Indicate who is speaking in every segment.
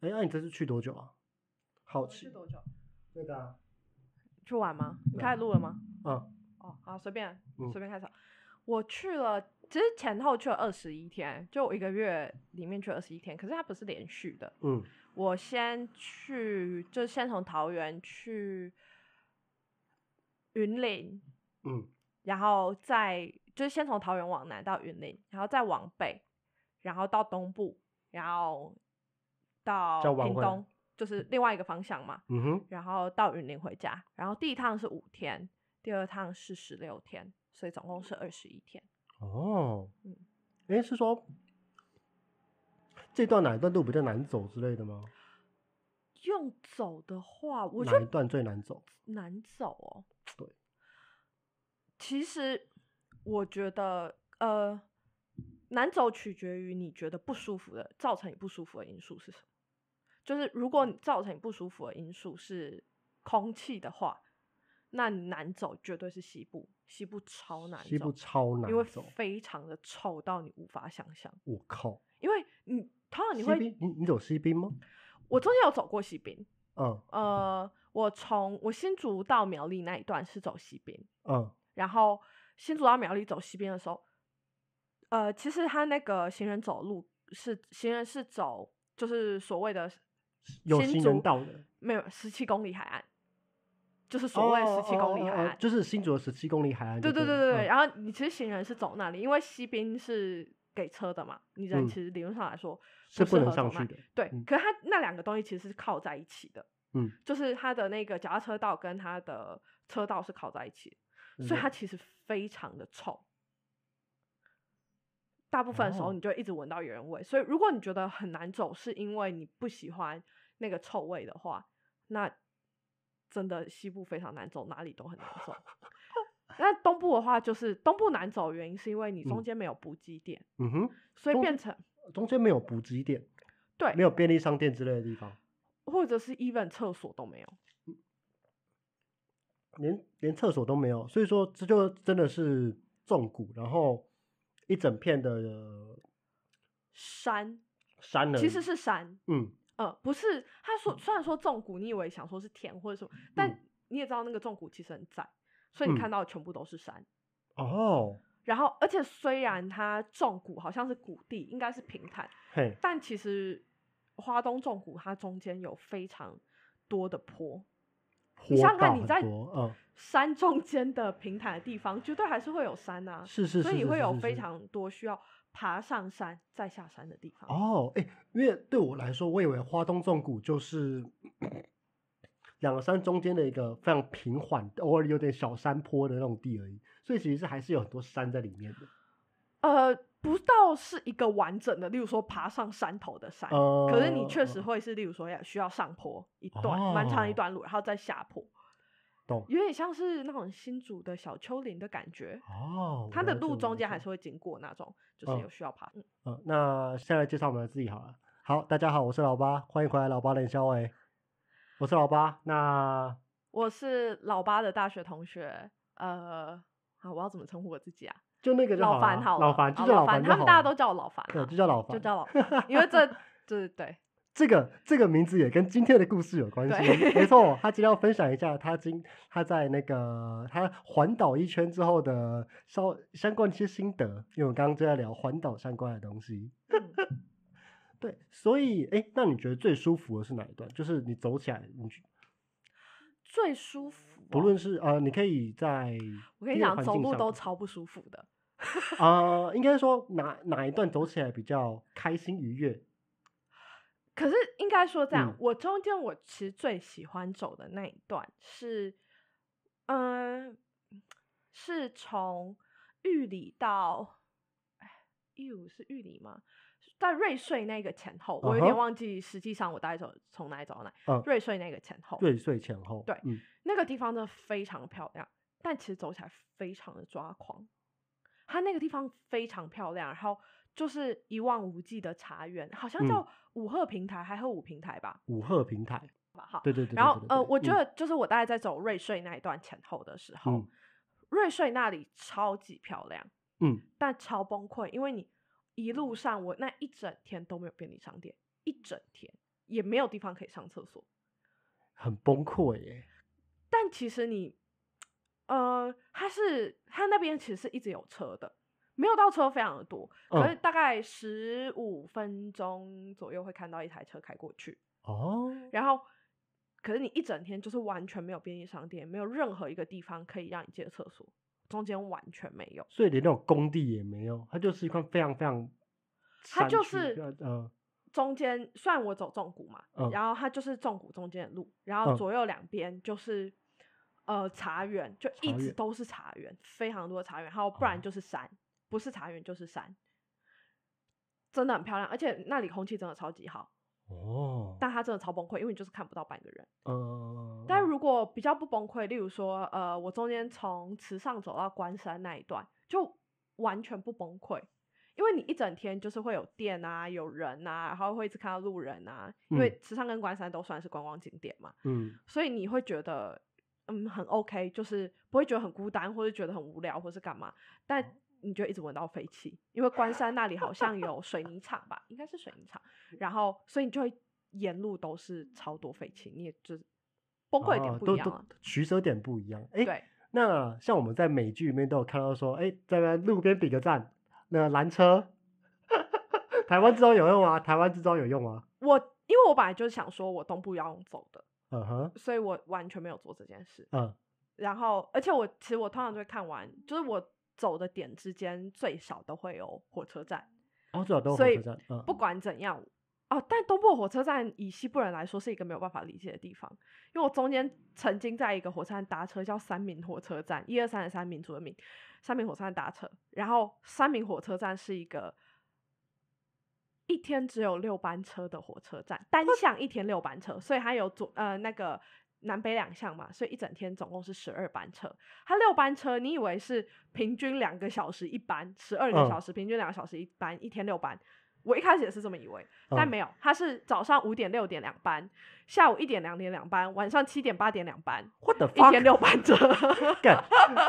Speaker 1: 哎，那、你这次去多久啊？好奇
Speaker 2: 去多久？
Speaker 1: 那个、啊，
Speaker 2: 去玩吗？你
Speaker 1: 对
Speaker 2: 开始录了吗？
Speaker 1: 嗯，
Speaker 2: 哦，好，随便
Speaker 1: 嗯
Speaker 2: 随便开始。我去了，其实前后去了二十一天，就我一个月里面去二十一天，可是它不是连续的。
Speaker 1: 嗯，
Speaker 2: 我先去，就先从桃园去云林，
Speaker 1: 嗯，
Speaker 2: 然后再就是先从桃园往南到云林，然后再往北，然后到东部，然后到
Speaker 1: 再往
Speaker 2: 屏
Speaker 1: 回
Speaker 2: 东，就是另外一个方向嘛。
Speaker 1: 嗯哼，
Speaker 2: 然后到云林回家，然后第一趟是五天，第二趟是十六天，所以总共是二十一天。
Speaker 1: 哦
Speaker 2: 嗯，
Speaker 1: 哎，是说这段哪一段路比较难走之类的吗？
Speaker 2: 用走的话，我觉
Speaker 1: 哪一
Speaker 2: 得
Speaker 1: 段最难走？
Speaker 2: 难走哦。
Speaker 1: 对，
Speaker 2: 其实我觉得，呃，难走取决于你觉得不舒服的，造成你不舒服的因素是什么。就是如
Speaker 1: 嗯
Speaker 2: 果你造成你不舒服的因素是空气的话，那你难走绝对是西部，西部超难走，
Speaker 1: 西部超难
Speaker 2: 因为
Speaker 1: 走，
Speaker 2: 非常的臭到你无法想象。
Speaker 1: 我靠！
Speaker 2: 因为你通常你
Speaker 1: 西
Speaker 2: 会，
Speaker 1: 滨，你你走西滨吗？
Speaker 2: 我中间有走过西滨，
Speaker 1: 嗯
Speaker 2: 呃，我从我新竹到苗栗那一段是走西滨，
Speaker 1: 嗯，
Speaker 2: 然后新竹到苗栗走西边的时候，呃，其实它那个行人走路是行人是走，就是所谓的
Speaker 1: 有
Speaker 2: 新
Speaker 1: 行
Speaker 2: 竹
Speaker 1: 人道的，
Speaker 2: 没有十七公里海岸，就是所谓十七公里海岸。
Speaker 1: 哦哦哦哦就是新竹的十七公里海岸就
Speaker 2: 对
Speaker 1: 了。
Speaker 2: 对对对对，
Speaker 1: 嗯
Speaker 2: 然后你其实行人是走那里，因为西边是给车的嘛，你人
Speaker 1: 嗯
Speaker 2: 其实理论上来说
Speaker 1: 是
Speaker 2: 不
Speaker 1: 不
Speaker 2: 适
Speaker 1: 能
Speaker 2: 合
Speaker 1: 上
Speaker 2: 走那
Speaker 1: 去的。
Speaker 2: 对，
Speaker 1: 嗯
Speaker 2: 可是它那两个东西其实是靠在一起的，
Speaker 1: 嗯，
Speaker 2: 就是它的那个脚踏车道跟它的车道是靠在一起的，所
Speaker 1: 嗯
Speaker 2: 以它其实非常的臭。大部分的时候
Speaker 1: 哦
Speaker 2: 你就会一直闻到有人味，所以如果你觉得很难走，是因为你不喜欢那个臭味的话，那真的西部非常难走，哪里都很难 走。那东部的话，就是东部难走的原因是因为你中
Speaker 1: 嗯
Speaker 2: 间没有补给点，
Speaker 1: 嗯哼，
Speaker 2: 所以
Speaker 1: 中
Speaker 2: 变
Speaker 1: 间
Speaker 2: 成
Speaker 1: 中间没有补给点，
Speaker 2: 对
Speaker 1: 没有便利商店之类的地方，
Speaker 2: 或者是 even 厕所都没有。
Speaker 1: 连连厕所都没有，所以说这就真的是重谷，然后一整片的呃
Speaker 2: 山
Speaker 1: 山了。
Speaker 2: 其实是山，
Speaker 1: 嗯，
Speaker 2: 呃，不是。他说虽然说纵谷，你以为想说是田或者什么，但
Speaker 1: 嗯
Speaker 2: 你也知道那个纵谷其实很窄，所以你
Speaker 1: 嗯
Speaker 2: 看到的全部都是山。
Speaker 1: 哦，
Speaker 2: 然后，而且虽然它纵谷好像是谷地，应该是平坦，
Speaker 1: 嘿，
Speaker 2: 但其实花东纵谷它中间有非常多的坡。
Speaker 1: 坡
Speaker 2: 你想想
Speaker 1: 道
Speaker 2: 看，你
Speaker 1: 很
Speaker 2: 在
Speaker 1: 多嗯，
Speaker 2: 山中间的平坦的地方，绝对还是会有山啊，
Speaker 1: 是是是，
Speaker 2: 所以你
Speaker 1: 是
Speaker 2: 会
Speaker 1: 是
Speaker 2: 有
Speaker 1: 是
Speaker 2: 非
Speaker 1: 是
Speaker 2: 常多需要爬上山再下山的地方。
Speaker 1: 哦，哎、因为对我来说，我以为花东纵谷就是两个山中间的一个非常平缓，偶尔有点小山坡的那种地而已，所以其实是还是有很多山在里面的。
Speaker 2: 呃，不到是一个完整的，例如说爬上山头的山，
Speaker 1: 呃，
Speaker 2: 可是你确实会是，例如说要需要上坡一段蛮、长一
Speaker 1: 哦
Speaker 2: 段路，然后再下坡，
Speaker 1: 懂
Speaker 2: 有点像是那种新竹的小丘陵的感觉。
Speaker 1: 哦，我
Speaker 2: 它的
Speaker 1: 了解
Speaker 2: 路
Speaker 1: 我
Speaker 2: 中
Speaker 1: 了
Speaker 2: 间还
Speaker 1: 解
Speaker 2: 是会经过那种，就是
Speaker 1: 嗯
Speaker 2: 有需要爬。嗯
Speaker 1: 嗯，那现在介绍我们自己好了。好，大家好，我是老八，欢迎回来，老八冷肖伟，我是老八。那
Speaker 2: 我是老八的大学同学，呃，啊，我要怎么称呼我自己啊？
Speaker 1: 就那个就好
Speaker 2: 老
Speaker 1: 了啊
Speaker 2: 樊好了，
Speaker 1: 老樊就
Speaker 2: 好
Speaker 1: 叫
Speaker 2: 老
Speaker 1: 樊就
Speaker 2: 他们
Speaker 1: 好
Speaker 2: 大家
Speaker 1: 了
Speaker 2: 都叫我老樊
Speaker 1: 对，
Speaker 2: 啊，
Speaker 1: 就叫老
Speaker 2: 就
Speaker 1: 樊。
Speaker 2: 叫老樊，因为 这对对对，
Speaker 1: 这个这个名字也跟今天的故事有关
Speaker 2: 对
Speaker 1: 系，哦没错。他今天要分享一下他今他在那个他环岛一圈之后的稍相关的一些心得，因为我刚刚就在聊环岛相关的东西。
Speaker 2: 嗯
Speaker 1: 对，所以哎，那你觉得最舒服的是哪一段？就是你走起来，你去
Speaker 2: 最舒服哦。
Speaker 1: 不论是呃，你可以在
Speaker 2: 我跟你
Speaker 1: 第二
Speaker 2: 讲，
Speaker 1: 环
Speaker 2: 走
Speaker 1: 境
Speaker 2: 路
Speaker 1: 上
Speaker 2: 都
Speaker 1: 的
Speaker 2: 超不舒服的。
Speaker 1: 啊，应该说哪哪一段走起来比较开心愉悦？
Speaker 2: 可是应该说这样，
Speaker 1: 嗯
Speaker 2: 我中间我其实最喜欢走的那一段是，嗯、是从玉里到，哎，玉里是玉里吗？在瑞穗那个前后，我有
Speaker 1: 嗯
Speaker 2: 点
Speaker 1: 哼
Speaker 2: 忘记，实际上我大概走从哪里走到哪里。
Speaker 1: 嗯
Speaker 2: 瑞穗那个前后，
Speaker 1: 瑞穗前后，
Speaker 2: 对
Speaker 1: 嗯，
Speaker 2: 那个地方真的非常漂亮，但其实走起来非常的抓狂。它那个地方非常漂亮，然后就是一望无际的茶园，好像
Speaker 1: 嗯
Speaker 2: 叫五鹤平台，还是五平台吧？
Speaker 1: 五鹤平台，对对对对。
Speaker 2: 然后
Speaker 1: 对
Speaker 2: 呃，
Speaker 1: 对
Speaker 2: 我觉
Speaker 1: 嗯
Speaker 2: 得就是我大概在走瑞穗那一段前后的时候，
Speaker 1: 嗯
Speaker 2: 瑞穗那里超级漂亮，
Speaker 1: 嗯，
Speaker 2: 但超崩溃，因为你一路上我那一整天都没有便利商店，一整天也没有地方可以上厕所。
Speaker 1: 很崩溃耶。
Speaker 2: 但其实你，呃，它是它那边其实是一直有车的，没有到车非常的多，可是
Speaker 1: 嗯
Speaker 2: 大概十五分钟左右会看到一台车开过去，
Speaker 1: 哦，
Speaker 2: 然后。可是你一整天就是完全没有便利商店，没有任何一个地方可以让你借厕所，中间完全没有。
Speaker 1: 所以连那种工地也没有，它就是一块非常非常
Speaker 2: 它
Speaker 1: 山区，
Speaker 2: 就是
Speaker 1: 呃
Speaker 2: 中间虽然我走纵谷嘛，
Speaker 1: 嗯
Speaker 2: 然后它就是纵谷中间的路，然
Speaker 1: 嗯
Speaker 2: 后左右两边就是、呃茶园，就一
Speaker 1: 茶
Speaker 2: 直
Speaker 1: 园
Speaker 2: 都是茶园，非常多的茶园，还有不然
Speaker 1: 哦
Speaker 2: 就是山，不是茶园就是山，真的很漂亮，而且那里空气真的超级好，
Speaker 1: 哦，
Speaker 2: 但它真的超崩溃，因为你就是看不到半个人。
Speaker 1: 呃，
Speaker 2: 但如果比较不崩溃，例如说呃，我中间从池上走到关山那一段，就完全不崩溃。因为你一整天就是会有店啊，有人啊，然后会一直看到路人啊，因为池上跟关山都算是观光景点嘛，
Speaker 1: 嗯
Speaker 2: 所以你会觉得嗯很 OK，就是不会觉得很孤单，或者觉得很无聊，或是干嘛，但
Speaker 1: 哦
Speaker 2: 你就一直闻到废气，因为关山那里好像有水泥厂吧，应该是水 泥厂，然后所以你就会沿路都是超多废气，你也就是崩溃的点
Speaker 1: 哦
Speaker 2: 不
Speaker 1: 都
Speaker 2: 一样
Speaker 1: 都
Speaker 2: 了，
Speaker 1: 取舍点不一样。哎，
Speaker 2: 对，
Speaker 1: 那像我们在美剧里面都有看到说，哎，在那路边比个赞，那拦车， 台湾之招有用吗？台湾之招有用吗？
Speaker 2: 我因为我本来就是想说我东部要用走的，
Speaker 1: 嗯哼，
Speaker 2: 所以我完全没有做这件事。
Speaker 1: 嗯
Speaker 2: 然后，而且我其实我通常都会看完，就是我走的点之间最少都会有火车站，
Speaker 1: 哦，最好都有火
Speaker 2: 所以
Speaker 1: 车站，嗯，
Speaker 2: 不管怎样。哦，但东部火车站以西部人来说是一个没有办法理解的地方，因为我中间曾经在一个火车站搭车，叫三民火车站，一二三的三民族的民，三民火车站搭车，然后三民火车站是一个一天只有六班车的火车站，单向一天六班车，所以它有左呃那个南北两项嘛，所以一整天总共是十二班车。它六班车，你以为是平均两个小时一班，十二个
Speaker 1: 嗯
Speaker 2: 小时、平均两个小时一班，一天六班。我一开始也是这么以为，但
Speaker 1: 嗯
Speaker 2: 没有，它是早上五点六点两班，下午一点两点两班，晚上七点八点两班，
Speaker 1: ，what the
Speaker 2: 一
Speaker 1: fuck，
Speaker 2: 天六班车。
Speaker 1: 干，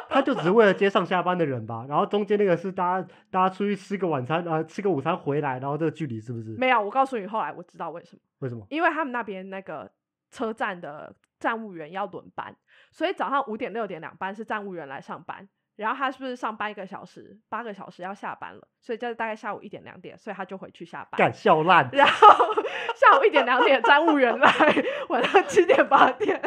Speaker 1: 他就只是为了接上下班的人吧。然后中间那个是大家大家出去吃个晚餐，啊，吃个午餐回来，然后这个距离是不是？
Speaker 2: 没有，我告诉你，后来我知道为什么，
Speaker 1: 为什么？
Speaker 2: 因为他们那边那个车站的站务员要轮班，所以早上五点六点两班是站务员来上班，然后他是不是上班一个小时，八个小时要下班了，所以就是大概下午一点两点，所以他就回去下班
Speaker 1: 干。笑烂，
Speaker 2: 然后 下午一点两点站务员来，晚上七点八点，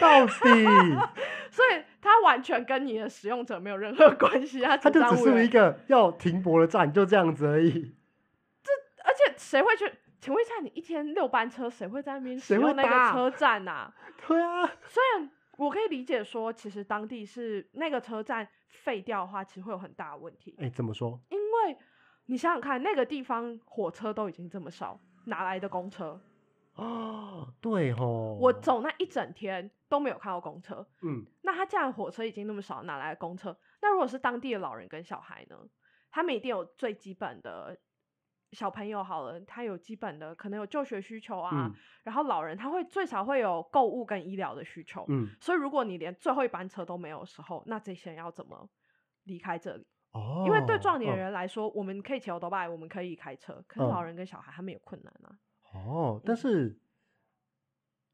Speaker 1: 到底
Speaker 2: 所以他完全跟你的使用者没有任何关系，他
Speaker 1: 它
Speaker 2: 他
Speaker 1: 就只是一个要停泊的站，就这样子而已。
Speaker 2: 而且谁会去？请问一下，你一天六班车，谁会在那边使
Speaker 1: 谁会
Speaker 2: 用那
Speaker 1: 搭
Speaker 2: 个车站呐、
Speaker 1: 对啊，
Speaker 2: 虽然我可以理解说，其实当地是那个车站废掉的话，其实会有很大的问题，
Speaker 1: 哎、怎么说？
Speaker 2: 因为你想想看，那个地方火车都已经这么少，哪来的公车？
Speaker 1: 哦，对吼，
Speaker 2: 我，走那一整天都没有看到公车，
Speaker 1: 嗯，
Speaker 2: 那他既然火车已经那么少，哪来的公车？那如果是当地的老人跟小孩呢？他们一定有最基本的小朋友好了，他有基本的可能有就学需求啊，
Speaker 1: 嗯
Speaker 2: 然后老人他会最少会有购物跟医疗的需求，
Speaker 1: 嗯，
Speaker 2: 所以如果你连最后一班车都没有的时候，那这些人要怎么离开这里？
Speaker 1: 哦，
Speaker 2: 因为对壮年
Speaker 1: 嗯，
Speaker 2: 人来说，我们可以骑欧多拜，我们可以开车，可是老人跟小孩他们有困难啊。
Speaker 1: 哦，但
Speaker 2: 嗯
Speaker 1: 是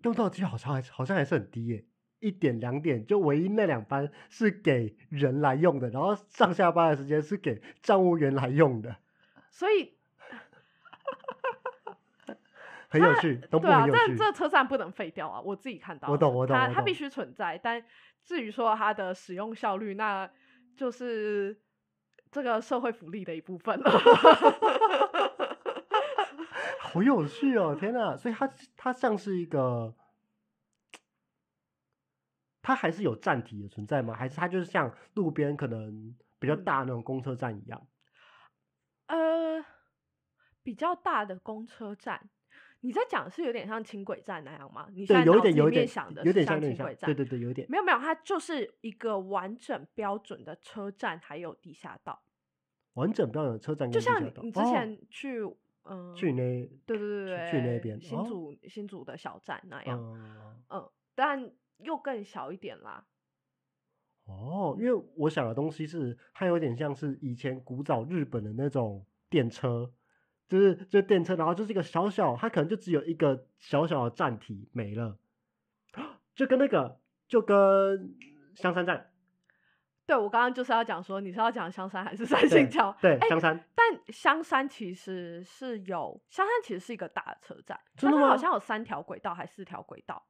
Speaker 1: 用到的几率好像还好像还是很低耶。一点两点，就唯一那两班是给人来用的，然后上下班的时间是给站务员来用的，
Speaker 2: 所以
Speaker 1: 很有趣，都不
Speaker 2: 对啊，
Speaker 1: 很有
Speaker 2: 这
Speaker 1: 趣。
Speaker 2: 这车站不能废掉啊！我自己看到的，
Speaker 1: 我懂我懂
Speaker 2: 它
Speaker 1: 我
Speaker 2: 它必
Speaker 1: 懂
Speaker 2: 须存在。但至于说它的使用效率，那就是这个社会福利的一部分了。
Speaker 1: 好有趣哦！天呐，所以它它像是一个，它还是有站体的存在吗？还是它就是像路边可能比较
Speaker 2: 嗯
Speaker 1: 大那种公车站一样？
Speaker 2: 呃，比较大的公车站，你在讲是有点像轻轨站那样吗？你现
Speaker 1: 对，
Speaker 2: 在
Speaker 1: 有一
Speaker 2: 脑
Speaker 1: 点，
Speaker 2: 子
Speaker 1: 有一
Speaker 2: 里
Speaker 1: 点
Speaker 2: 面想的，
Speaker 1: 有点像，
Speaker 2: 像
Speaker 1: 有
Speaker 2: 轻
Speaker 1: 点
Speaker 2: 轨
Speaker 1: 像，对。
Speaker 2: 站
Speaker 1: 对对，有一点。
Speaker 2: 没有没有，它就是一个完整标准的车站，还有地下道，
Speaker 1: 完整标准的车站跟地
Speaker 2: 就像
Speaker 1: 下
Speaker 2: 你
Speaker 1: 道
Speaker 2: 你之
Speaker 1: 哦
Speaker 2: 前去，嗯、
Speaker 1: 去那，
Speaker 2: 对对对
Speaker 1: 去去那
Speaker 2: 对
Speaker 1: 边
Speaker 2: 新
Speaker 1: 哦
Speaker 2: 竹、新竹的小站那样，
Speaker 1: 嗯，
Speaker 2: 嗯，但又更小一点啦。
Speaker 1: 哦，因为我想的东西是，它有点像是以前古早日本的那种电车，就是就电车，然后就是一个小小，它可能就只有一个小小的站体没了， 就跟那个就跟香山站，
Speaker 2: 对我刚刚就是要讲说，你是要讲香山还是三
Speaker 1: 对
Speaker 2: 星桥？
Speaker 1: 对
Speaker 2: 哎
Speaker 1: 香山，
Speaker 2: 但香山其实是有，香山其实是一个大的车站，
Speaker 1: 真
Speaker 2: 香
Speaker 1: 的
Speaker 2: 山好
Speaker 1: 吗
Speaker 2: 像有三条轨道还是四条轨道，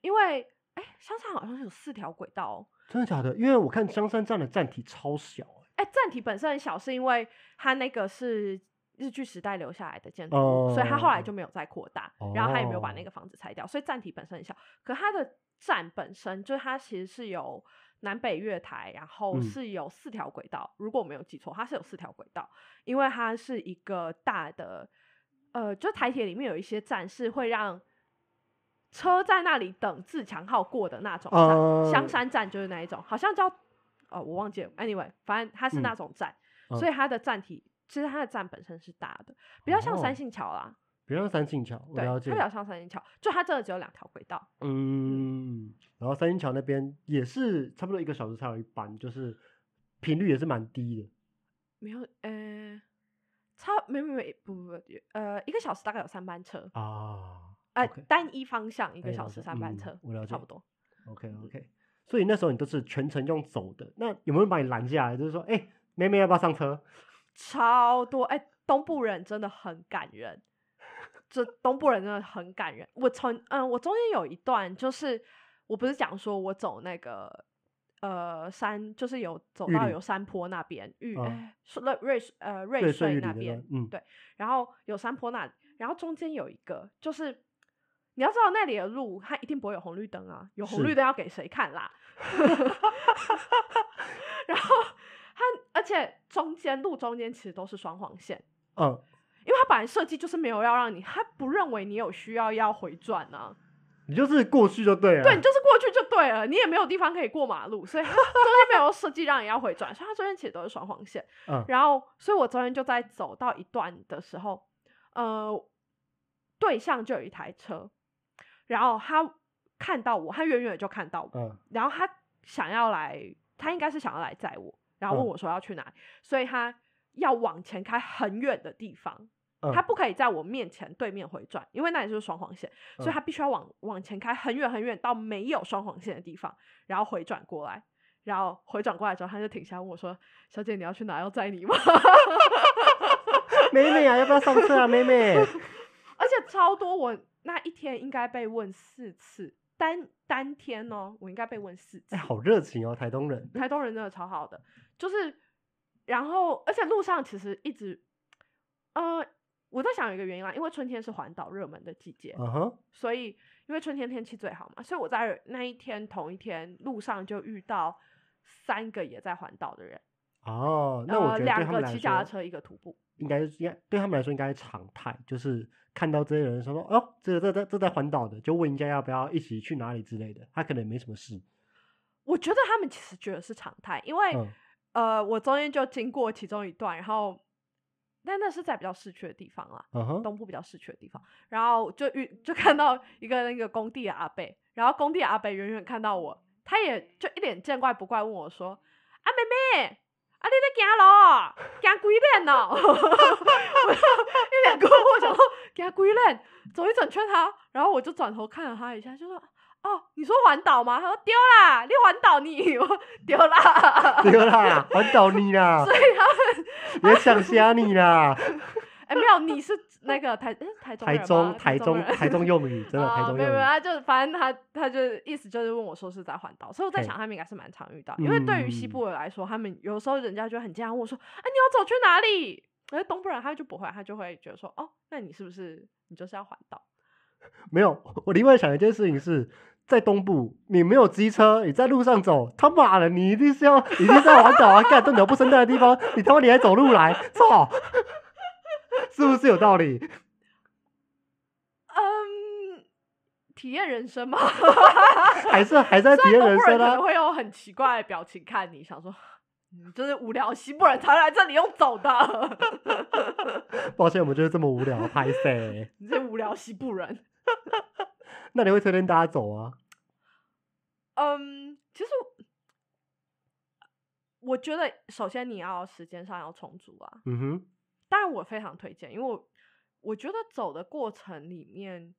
Speaker 2: 因为哎、香山好像是有四条轨道、哦。
Speaker 1: 真的假的？因为我看香山站的站体超小、欸，
Speaker 2: 哎、站体本身很小，是因为它那个是日据时代留下来的建筑物，所以它后来就没有再扩大，然后它也没有把那
Speaker 1: 哦
Speaker 2: 个房子拆掉，所以站体本身很小。可它的站本身，就是它其实是有南北月台，然后
Speaker 1: 嗯
Speaker 2: 是有四条轨道，如果我没有记错，它是有四条轨道，因为它是一个大的，呃，就台铁里面有一些站是会让。车在那里等自强号过的那种站，香
Speaker 1: 呃
Speaker 2: 山站就是那一种，好像叫哦，我忘记了。Anyway，反正它是那
Speaker 1: 嗯
Speaker 2: 种站，
Speaker 1: 嗯
Speaker 2: 所以它的站体其实它的站本身是大的，比较像
Speaker 1: 哦
Speaker 2: 三信桥啦。
Speaker 1: 比如像三庆桥，我
Speaker 2: 对，它
Speaker 1: 了
Speaker 2: 比
Speaker 1: 解，
Speaker 2: 较像三信桥，就它真的只有两条轨道。
Speaker 1: 嗯，然后三星桥那边也是差不多一个小时才有一班，就是频率也是蛮低的。
Speaker 2: 没有，呃，差没没没不不不，呃，一个小时大概有三班车，
Speaker 1: 啊
Speaker 2: 呃
Speaker 1: OK，
Speaker 2: 单一方向一
Speaker 1: 单
Speaker 2: 个
Speaker 1: 一
Speaker 2: 小
Speaker 1: 方
Speaker 2: 时
Speaker 1: 向
Speaker 2: 三班
Speaker 1: 嗯
Speaker 2: 车，
Speaker 1: 我了
Speaker 2: 差
Speaker 1: 解
Speaker 2: 不多。
Speaker 1: ，OK OK，所以那时候你都是全程用走的，那有没有把你拦下来？就是说，哎、妹妹要不要上车？
Speaker 2: 超多哎、东部人真的很感人，这东部人真的很感人。我从嗯，我中间有一段就是，我不是讲说我走那个呃山，就是有走
Speaker 1: 玉
Speaker 2: 到
Speaker 1: 里
Speaker 2: 有山坡那边，玉
Speaker 1: 嗯
Speaker 2: 哎是瑞瑞呃瑞
Speaker 1: 对，顺
Speaker 2: 穗
Speaker 1: 玉里
Speaker 2: 那
Speaker 1: 那
Speaker 2: 边
Speaker 1: 边，，嗯，
Speaker 2: 对然后有山坡那里，然后中间有一个就是。你要知道那里的路，它一定不会有红绿灯啊！有红
Speaker 1: 是
Speaker 2: 绿灯要给谁看 啦？然后它，而且中间路中间其实都是双黄线，
Speaker 1: 嗯，
Speaker 2: 因为它本来设计就是没有要让你，它不认为你有需要要回转啊，
Speaker 1: 你就是过去就对了。啊
Speaker 2: 对你就是过去就对了，你也没有地方可以过马路，所以它中间没有设计让你要回转，所以它中间其实都是双黄线。
Speaker 1: 嗯，
Speaker 2: 然后，所以我昨天就在走到一段的时候，呃，对象就有一台车，然后他看到我，他远远地就看到我，
Speaker 1: 嗯
Speaker 2: 然后他想要来，他应该是想要来载我，然后
Speaker 1: 嗯
Speaker 2: 问我说要去哪里，所以他要往前开很远的地方，
Speaker 1: 嗯，
Speaker 2: 他不可以在我面前对面回转，因为那里就是双黄线，所以
Speaker 1: 嗯
Speaker 2: 他必须要往往前开很远很远到没有双黄线的地方，然后回转过来。然后回转过来之后，他就停下问我说：“小姐，你要去哪？要载你吗？”
Speaker 1: 妹妹啊，要不要上车啊，妹妹？
Speaker 2: 而且超多，我那一天应该被问四次，单单天哦，我应该被问四次。
Speaker 1: 哎、好热情哦，台东人。
Speaker 2: 台东人真的超好的，就是，然后而且路上其实一直，呃，我在想有一个原因啦，因为春天是环岛热门的季节，
Speaker 1: 嗯哼，
Speaker 2: 所以因为春天天气最好嘛，所以我在那一天同一天路上就遇到三个也在环岛的人，
Speaker 1: 哦，那我
Speaker 2: 呃
Speaker 1: 觉得对
Speaker 2: 两
Speaker 1: 他们
Speaker 2: 个
Speaker 1: 来
Speaker 2: 骑脚踏
Speaker 1: 说，
Speaker 2: 车，一个徒步，
Speaker 1: 应该是应该对他们来说应该是常态，就是看到这些人说说哦，这个这在这在环岛的，就问一下要不要一起去哪里之类的，他可能也没什么事。
Speaker 2: 我觉得他们其实觉得是常态，因为、
Speaker 1: 嗯
Speaker 2: 呃，我中间就经过其中一段，然后但那是在比较市区的地方啦，
Speaker 1: 嗯哼，
Speaker 2: 东部比较市区的地方，然后就遇就看到一个那个工地的阿贝，然后工地的阿贝远远看到我，他也就一脸见怪不怪问我说：“啊，妹妹，啊，你在行路，行几练 哦？”我就一脸困惑，想说行几练，走一整圈他，然后我就转头看了他一下，就说。哦，你说环岛吗？他说丢啦，你环岛你，我丢啦，
Speaker 1: 对啦，环岛你啦，
Speaker 2: 所以他们
Speaker 1: 也想瞎你 啦。
Speaker 2: 哎、没有，你是那个台诶台中
Speaker 1: 台
Speaker 2: 人吗
Speaker 1: 中，台
Speaker 2: 中
Speaker 1: 中，
Speaker 2: 人
Speaker 1: 台中用 语，真的台
Speaker 2: 啊，
Speaker 1: 中
Speaker 2: 没
Speaker 1: 用
Speaker 2: 有没有，
Speaker 1: 语。
Speaker 2: 他就反正他他就是意思就是问我说是在环岛，所以我在
Speaker 1: 嘿
Speaker 2: 想他们应该是蛮常遇到，因为对于
Speaker 1: 嗯
Speaker 2: 西部人来说，他们有时候人家就很经常问我说，哎、你要走去哪里？而东部人他就不会，他就会觉得说，哦，那你是不是你就是要环岛？
Speaker 1: 没有， 我另外想一件事情是。在东部，你没有机车，你在路上走，他妈的，你一定是要，一定是要环岛啊！干这鸟不生蛋的地方，你他妈你还走路来，操！ 是不是有道理？
Speaker 2: 嗯，体验人 生 嘛，
Speaker 1: 还是还在体
Speaker 2: 虽
Speaker 1: 验
Speaker 2: 然
Speaker 1: 人
Speaker 2: 东部人
Speaker 1: 生
Speaker 2: 可
Speaker 1: 啊
Speaker 2: 能？会有很奇怪的表情看你，想说。你就是无聊，西部人才来这里用走的，
Speaker 1: 抱歉，我们就是这么无聊，拍谁？
Speaker 2: 你这无聊西部人。
Speaker 1: 那你会推荐大家走啊？
Speaker 2: 嗯，其实我觉得，首先你要时间上要充足啊，
Speaker 1: 嗯哼，
Speaker 2: 当然我非常推荐，因为我我觉得走的过程里面，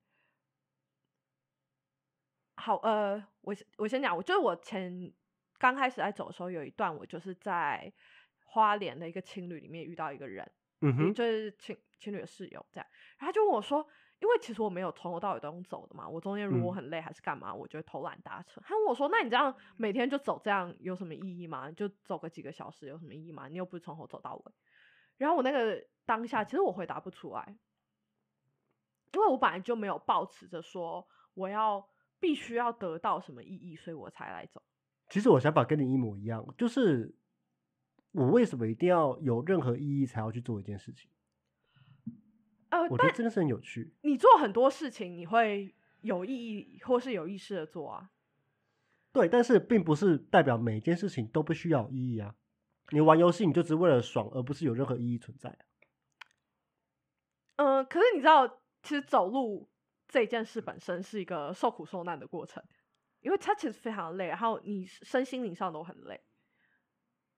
Speaker 2: 好呃，我先我先讲，我就是我前刚开始在走的时候，有一段我就是在花莲的一个青旅里面遇到一个人，
Speaker 1: 嗯
Speaker 2: 嗯，
Speaker 1: 哼，
Speaker 2: 就是情情侣的室友这样，然后他就问我说，因为其实我没有从头到尾都用走的嘛，我中间如果
Speaker 1: 嗯
Speaker 2: 我很累还是干嘛，我就会偷懒搭车。他问我说，那你这样每天就走这样有什么意义吗？就走个几个小时有什么意义吗？你又不是从头走到尾。然后我那个当下，其实我回答不出来，因为我本来就没有抱持着说我要必须要得到什么意义，所以我才来走。
Speaker 1: 其实我想法跟你一模一样，就是我为什么一定要有任何意义才要去做一件事情？
Speaker 2: 呃，
Speaker 1: 我觉
Speaker 2: 但
Speaker 1: 得这个是很有趣。
Speaker 2: 你做很多事情，你会有意义或是有意识的做啊。
Speaker 1: 对，但是并不是代表每件事情都必须要有意义啊。你玩游戏你就只是为了爽，而不是有任何意义存在啊、
Speaker 2: 嗯，可是你知道，其实走路这件事本身是一个受苦受难的过程，因为它其实非常累，然后你身心灵上都很累，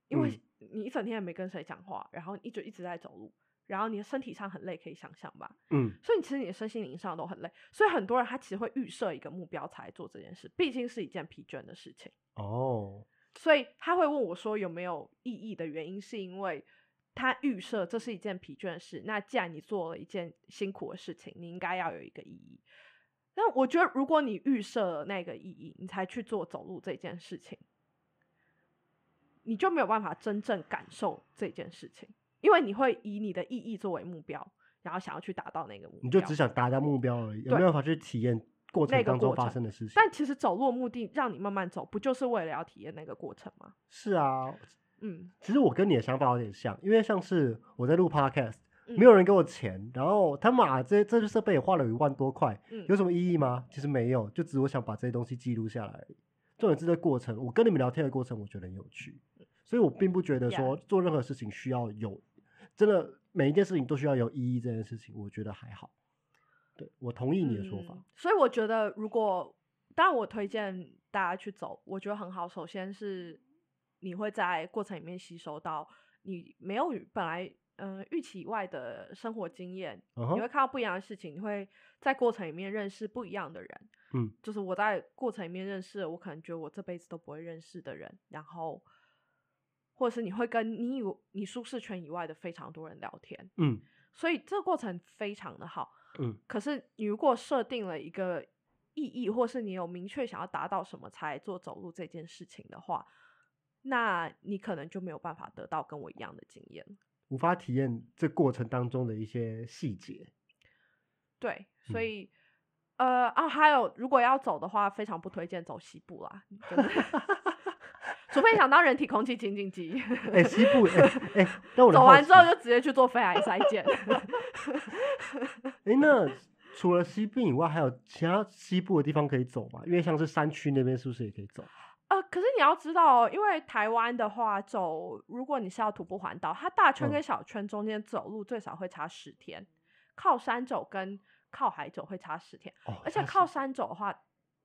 Speaker 2: 因为你一整天也没跟谁讲话，然后你就一直在走路，然后你的身体上很累，可以想象吧？
Speaker 1: 嗯，
Speaker 2: 所以你其实你的身心灵上都很累，所以很多人他其实会预设一个目标才做这件事，毕竟是一件疲倦的事情。
Speaker 1: 哦，
Speaker 2: 所以他会问我说有没有意义的原因，是因为他预设这是一件疲倦的事。那既然你做了一件辛苦的事情，你应该要有一个意义。但我觉得，如果你预设了那个意义，你才去做走路这件事情，你就没有办法真正感受这件事情，因为你会以你的意义作为目标，然后想要去达到那个目标。
Speaker 1: 你就只想达到目标而已，有没
Speaker 2: 对
Speaker 1: 有办法去体验过程
Speaker 2: 那个
Speaker 1: 当中
Speaker 2: 过
Speaker 1: 发
Speaker 2: 程
Speaker 1: 生的事情？
Speaker 2: 但其实走路的目的让你慢慢走，不就是为了要体验那个过程吗？
Speaker 1: 是啊，
Speaker 2: 嗯，
Speaker 1: 其实我跟你的想法有点像，因为像是我在录 podcast，
Speaker 2: 嗯
Speaker 1: 没有人给我钱，然后他妈这这设备也花了一万多块，
Speaker 2: 嗯
Speaker 1: 有什么意义吗？其实没有，就只是我想把这些东西记录下来而已。重点是这个过程，我跟你们聊天的过程，我觉得很有趣，所以我并不觉得
Speaker 2: Yeah
Speaker 1: 说做任何事情需要有真的每一件事情都需要有意义这件事情，我觉得还好。对我同意你的说法，
Speaker 2: 嗯所以我觉得，如果当然我推荐大家去走，我觉得很好。首先是你会在过程里面吸收到你没有本来嗯、呃预期以外的生活经验，
Speaker 1: 嗯
Speaker 2: 你会
Speaker 1: 哼，
Speaker 2: 看到不一样的事情，你会在过程里面认识不一样的人。
Speaker 1: 嗯，
Speaker 2: 就是我在过程里面认识了我可能觉得我这辈子都不会认识的人，然后或者是你会跟你以为你舒适圈以外的非常多人聊天，
Speaker 1: 嗯
Speaker 2: 所以这个过程非常的好。
Speaker 1: 嗯，
Speaker 2: 可是你如果设定了一个意义，或是你有明确想要达到什么才做走路这件事情的话，那你可能就没有办法得到跟我一样的经验。
Speaker 1: 无法体验这过程当中的一些细节。
Speaker 2: 对，所
Speaker 1: 嗯
Speaker 2: 以、呃啊，还有如果要走的话，非常不推荐走西部啦，真的 除非你想当人体空气清净机。
Speaker 1: 哎、 西部，哎、哎、那我的
Speaker 2: 走
Speaker 1: 好
Speaker 2: 完之后
Speaker 1: 奇
Speaker 2: 就直接去做肺癌筛检，
Speaker 1: 哎，那除了西部以外，还有其他西部的地方可以走吗？因为像是山区那边是不是也可以走？
Speaker 2: 呃，可是你要知道哦，因为台湾的话走，如果你是要徒步环岛，它大圈
Speaker 1: 嗯
Speaker 2: 跟小圈中间走路最少会差十天，靠山走跟靠海走会差十天，
Speaker 1: 哦，
Speaker 2: 而且
Speaker 1: 它
Speaker 2: 靠
Speaker 1: 是，
Speaker 2: 山走的话，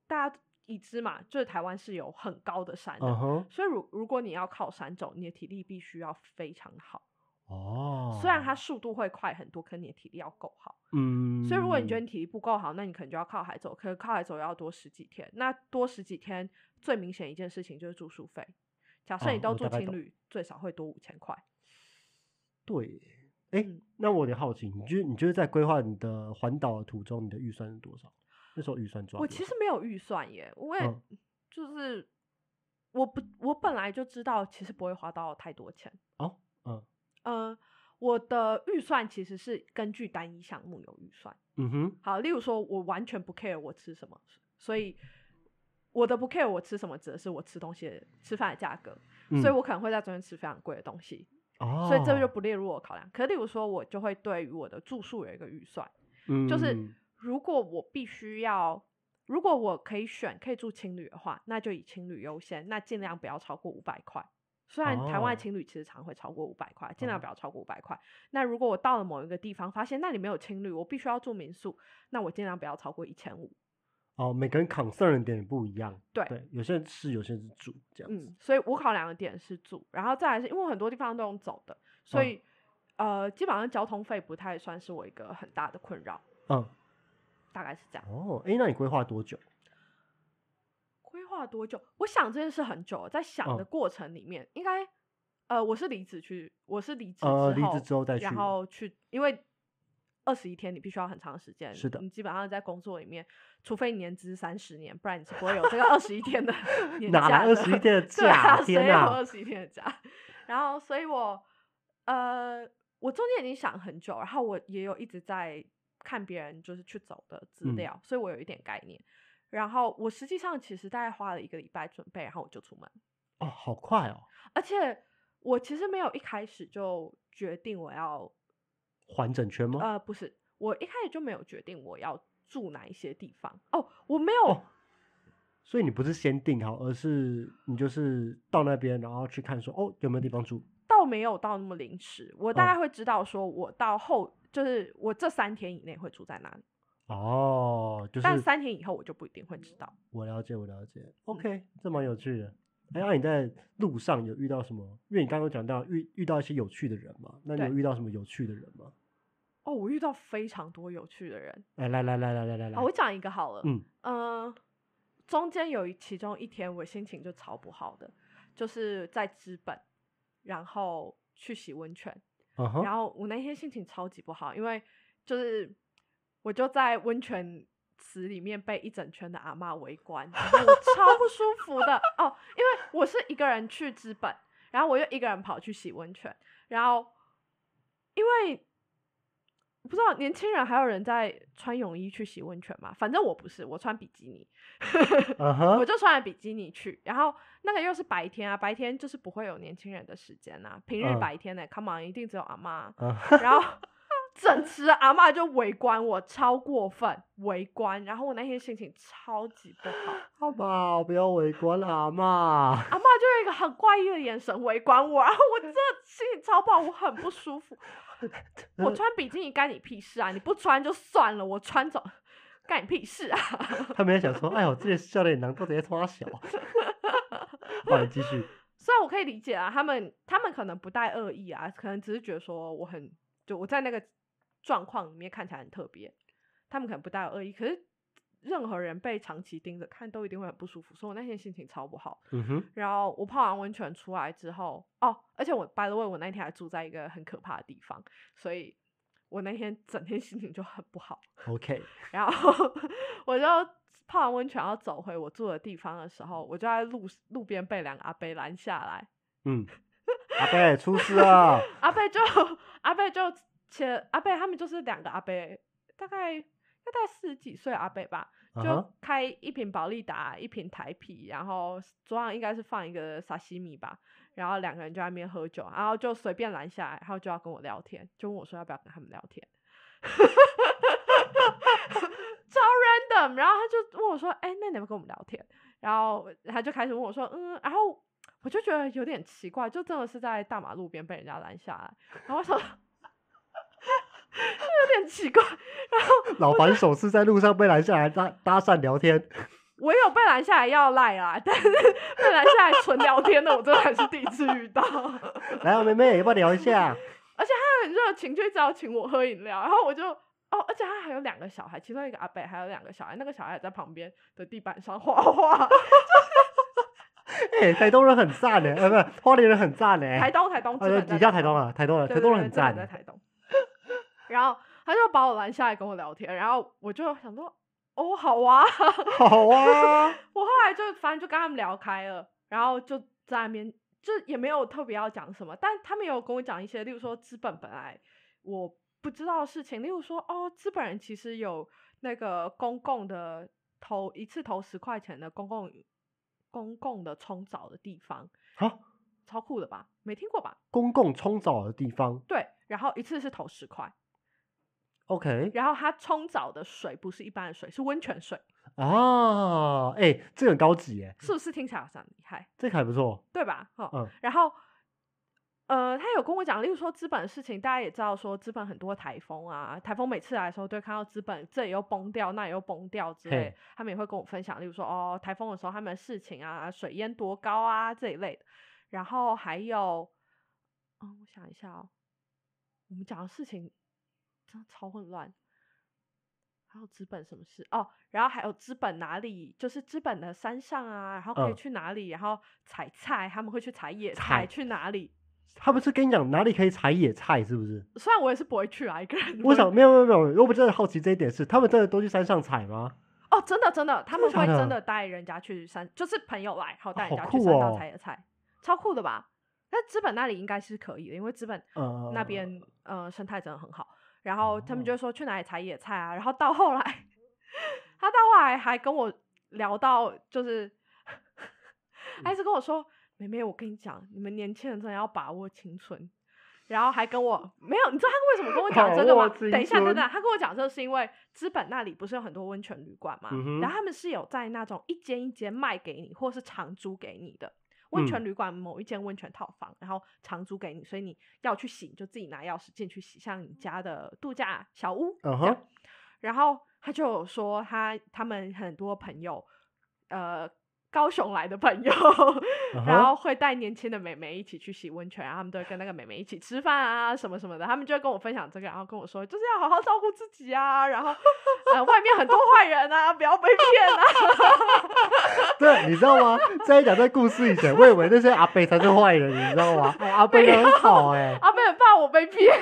Speaker 2: 大家已知嘛，就是台湾是有很高的山的，
Speaker 1: 嗯哼，
Speaker 2: 所以如如果你要靠山走，你的体力必须要非常好，
Speaker 1: 哦，
Speaker 2: 虽然它，速度会快很多，可你的体力要够好。
Speaker 1: 嗯，
Speaker 2: 所以如果你觉得你体力不够好，那你可能就要靠海走，可是靠海走要多十几天。那多十几天，最明显一件事情就是住宿费。假设
Speaker 1: 哦
Speaker 2: 你都
Speaker 1: 我
Speaker 2: 住
Speaker 1: 大概
Speaker 2: 青
Speaker 1: 懂
Speaker 2: 旅，最少会多五千块。
Speaker 1: 对，哎、
Speaker 2: 嗯
Speaker 1: 那我有点好奇，你觉得你觉得在规划你的环岛的途中，你的预算是多少？那时候预算抓多
Speaker 2: 我其
Speaker 1: 少
Speaker 2: 实没有预算耶，我也
Speaker 1: 嗯
Speaker 2: 就是我不我本来就知道，其实不会花到太多钱。
Speaker 1: 哦，嗯
Speaker 2: 呃，我的预算其实是根据单一项目有预算。
Speaker 1: 嗯哼，
Speaker 2: 好，例如说我完全不 care 我吃什么，所以我的不 care 我吃什么指的是我吃东西的吃饭的价格。所以
Speaker 1: 嗯
Speaker 2: 我可能会在中间吃非常贵的东西，
Speaker 1: 哦，
Speaker 2: 所以这个就不列入我考量。可例如说，我就会对于我的住宿有一个预算，就是
Speaker 1: 嗯
Speaker 2: 如果我必须要，如果我可以选可以住青旅的话，那就以青旅优先，那尽量不要超过五百块。虽然台湾
Speaker 1: 哦
Speaker 2: 的情侣其实常会超过五百块，尽量
Speaker 1: 哦
Speaker 2: 不要超过五百块。那如果我到了某一个地方，发现那里没有情侣，我必须要住民宿，那我尽量不要超过一千五。
Speaker 1: 哦，每个人 concern 的点也不一样，
Speaker 2: 对
Speaker 1: 对，有些人吃，有些人是住，这样子，
Speaker 2: 嗯，所以我考量的点是住，然后再来是因为我很多地方都用走的，所
Speaker 1: 嗯
Speaker 2: 以、呃，基本上交通费不太算是我一个很大的困扰，
Speaker 1: 嗯，
Speaker 2: 大概是这样。
Speaker 1: 哦，哎，那你规划多久？
Speaker 2: 规划多久？我想这件事很久了，在想
Speaker 1: 嗯
Speaker 2: 的过程里面，应该呃，我是离职去，我是离职之后，
Speaker 1: 呃，离职之后再去
Speaker 2: 然，后去，因为二十一天你必须要很长时间，
Speaker 1: 是的
Speaker 2: 你基本上在工作里面，除非你年资三十年，不然你是不会有这个二十一 天的 年假
Speaker 1: 哪来二十一
Speaker 2: 的
Speaker 1: 天的
Speaker 2: 对啊
Speaker 1: 假？，
Speaker 2: 谁有
Speaker 1: 天哪！
Speaker 2: 二十一天的假？然后，所以我呃，我中间已经想很久，然后我也有一直在看别人就是去走的资
Speaker 1: 嗯
Speaker 2: 料，所以我有一点概念。然后我实际上其实大概花了一个礼拜准备，然后我就出门，
Speaker 1: 哦，好快哦，
Speaker 2: 而且我其实没有一开始就决定我要
Speaker 1: 环整圈吗？
Speaker 2: 呃，不是，我一开始就没有决定我要住哪一些地方哦，我没有，
Speaker 1: 哦所以你不是先定好，而是你就是到那边，然后去看说哦有没有地方住。
Speaker 2: 倒没有到那么临时，我大
Speaker 1: 哦
Speaker 2: 概会知道说我到后就是我这三天以内会住在哪里，
Speaker 1: 哦，就是
Speaker 2: 但三天以后我就不一定会知道。
Speaker 1: 我了解，我了
Speaker 2: 嗯
Speaker 1: 解。OK，这蛮有趣的。哎，那、你在路上有遇到什么？因为你刚刚有讲到遇遇到一些有趣的人嘛，那你有
Speaker 2: 对
Speaker 1: 遇到什么有趣的人吗？
Speaker 2: 哦，我遇到非常多有趣的人
Speaker 1: 哎，来来来来来来来，
Speaker 2: 啊，我讲一个好了，
Speaker 1: 嗯，
Speaker 2: 嗯、中间有一其中一天我心情就超不好的，就是在资本，然后去洗温泉。
Speaker 1: 嗯哼，
Speaker 2: 然后我那天心情超级不好，因为就是我就在温泉池里面被一整圈的阿嬷围观，然后我超不舒服的哦，因为我是一个人去资本，然后我又一个人跑去洗温泉，然后因为不知道年轻人还有人在穿泳衣去洗温泉吗？反正我不是，我穿比基尼。
Speaker 1: 嗯
Speaker 2: 我
Speaker 1: 哼，
Speaker 2: 就穿了比基尼去，然后那个又是白天啊，白天就是不会有年轻人的时间啊，平日
Speaker 1: 嗯
Speaker 2: 白天呢、come on，一定只有阿妈，
Speaker 1: 嗯
Speaker 2: 然后整池的阿妈就围观我，超过分围观，然后我那天心情超级不好，
Speaker 1: 好吧，不要围观了阿妈。
Speaker 2: 阿妈就用一个很怪异的眼神围观我，然后我真的心情超不好，我很不舒服，我穿比基尼干你屁事啊，你不穿就算了，我穿走干你屁事啊，
Speaker 1: 他们也想说，哎呦，这些笑脸囊都直接抓小。 好，你继续。
Speaker 2: 虽然我可以理解啊，他们他们可能不带恶意啊，可能只是觉得说我很就我在那个状况里面看起来很特别，他们可能不带恶意，可是任何人被长期盯着看都一定会很不舒服，所以我那天心情超不好。
Speaker 1: 嗯哼，
Speaker 2: 然后我泡完温泉出来之后，哦，而且我 by the way，我那天还住在一个很可怕的地方，所以我那天整天 心情就很不好。
Speaker 1: OK，
Speaker 2: 然后 我就泡完温泉要走回我住的地方的时候，我就在路路边被两个阿伯拦下来。
Speaker 1: 嗯，阿贝出事了，
Speaker 2: 阿贝就阿贝就前阿贝他们就是两个阿贝，大概大概四十几岁的阿贝吧，
Speaker 1: 嗯
Speaker 2: 就
Speaker 1: 哼
Speaker 2: 开一瓶保利达，一瓶台啤，然后桌上应该是放一个沙西米吧，然后两个人就在那边喝酒，然后就随便拦下来，然后就要跟我聊天，就问我说要不要跟他们聊天。 超 random，然后他就问我说：“哎、那你要不要跟我们聊天？”然后他就开始问我说：“嗯。”然后我就觉得有点奇怪，就真的是在大马路边被人家拦下来，然后我 想，有点奇怪。
Speaker 1: 老板首次在路上被拦下来搭搭讪聊天，
Speaker 2: 我有被拦下来要赖啦， 但是被拦下来纯聊天的，我真的还是第一次遇到。 他
Speaker 1: 来啊，妹妹，要不要聊一下？
Speaker 2: 很热情，就一直要请我喝饮料，然后我就哦，而且他还有两个小孩，其中一个阿北还有两个小孩，那个小孩在旁边的地板上 画画。
Speaker 1: 哎、台东人很赞 呢，呃，不是，花莲人很赞呢。
Speaker 2: 台东，台东，
Speaker 1: 呃，
Speaker 2: 你
Speaker 1: 你叫台东了，台东了，
Speaker 2: 对
Speaker 1: 台
Speaker 2: 对
Speaker 1: 东人
Speaker 2: 对
Speaker 1: 很
Speaker 2: 这个
Speaker 1: 赞
Speaker 2: 在
Speaker 1: 欸。
Speaker 2: 台东。然后他就把我拦下来跟我聊天，然后我就想说，哦，好啊。
Speaker 1: 好啊，
Speaker 2: 我后来就反正就跟他们聊开了，然后就在那边，就也没有特别要讲什么，但他们有跟我讲一些，例如说资本本来我不知道的事情，例如说哦，资本人其实有那个公共的投一次投十块钱的公共公共的冲澡的地方，
Speaker 1: 好，
Speaker 2: 超酷的吧？没听过吧？
Speaker 1: 公共冲澡的地方
Speaker 2: 对，然后一次是投十块，
Speaker 1: ，OK
Speaker 2: 然后它冲澡的水不是一般的水，是温泉水，
Speaker 1: 啊，哎、这个很高级哎，
Speaker 2: 是不是听起来好像很厉害？
Speaker 1: 这个还不错，
Speaker 2: 对吧？哈、
Speaker 1: 嗯
Speaker 2: 然后呃，他有跟我讲，例如说资本的事情，大家也知道说资本很多台风啊，台风每次来的时候，都会看到资本这里又崩掉，那里又崩掉之类
Speaker 1: 嘿，
Speaker 2: 他们也会跟我分享，例如说哦，台风的时候他们的事情啊，水淹多高啊啊这一类的，然后还有，嗯，我想一下哦，我我们讲的事情真的超混乱。还有资本什么事哦，然后还有资本哪里，就是资本的山上啊，然后可以
Speaker 1: 嗯
Speaker 2: 去哪里，然后采菜，他们会去采野
Speaker 1: 采
Speaker 2: 菜，去哪里？
Speaker 1: 他不是跟你讲哪里可以采野菜，是不是？
Speaker 2: 虽然我也是不会去啊，一个人不
Speaker 1: 我
Speaker 2: 会。
Speaker 1: 想没有没有没有，我不真的好奇这一点是，他们真的都去山上采吗？
Speaker 2: 哦，真的真的，他
Speaker 1: 真
Speaker 2: 们
Speaker 1: 的
Speaker 2: 会
Speaker 1: 假
Speaker 2: 真
Speaker 1: 的
Speaker 2: 的带人家去山，就是朋友来，然后带人
Speaker 1: 嗯好
Speaker 2: 家去
Speaker 1: 酷
Speaker 2: 山
Speaker 1: 哦
Speaker 2: 上采野菜，超酷的吧？那资本那里应该是可以的，因为资本
Speaker 1: 呃，哦
Speaker 2: 那边呃生态真的很好。然后他们就说去哪里采野菜啊，然后到后来，他到后来还跟我聊到，就是还
Speaker 1: 嗯
Speaker 2: 是跟我说，妹妹，我跟你讲，你们年轻人真的要把握青春。然后还跟我没有，你知道他为什么跟我讲这个
Speaker 1: 把握
Speaker 2: 吗？
Speaker 1: 青
Speaker 2: 等一下，等
Speaker 1: 春
Speaker 2: 等，他跟我讲这个是因为资本那里不是有很多温泉旅馆嘛，
Speaker 1: 嗯哼
Speaker 2: 然后他们是有在那种一间一间卖给你，或是长租给你的。温泉
Speaker 1: 嗯
Speaker 2: 旅馆某一间温泉套房，然后长租给你，所以你要去洗，你就自己拿钥匙进去洗，像你家的度假小屋这
Speaker 1: 嗯
Speaker 2: 样。
Speaker 1: 哼
Speaker 2: 然后他就有说他他们很多朋友，呃，高雄来的朋友，
Speaker 1: 嗯
Speaker 2: 然
Speaker 1: 哼
Speaker 2: 后会带年轻的美眉一起去洗温泉，然后他们都会跟那个美眉一起吃饭啊，什么什么的。他们就会跟我分享这个，然后跟我说，就是要好好照顾自己啊，然后呃，外面很多坏人啊，不要被骗啊。
Speaker 1: 对，你知道吗？在讲这故事以前，我以为那些阿贝才是坏人，你知道吗？哎阿贝
Speaker 2: 没
Speaker 1: 人很好哎、
Speaker 2: 阿贝很怕我啊被骗。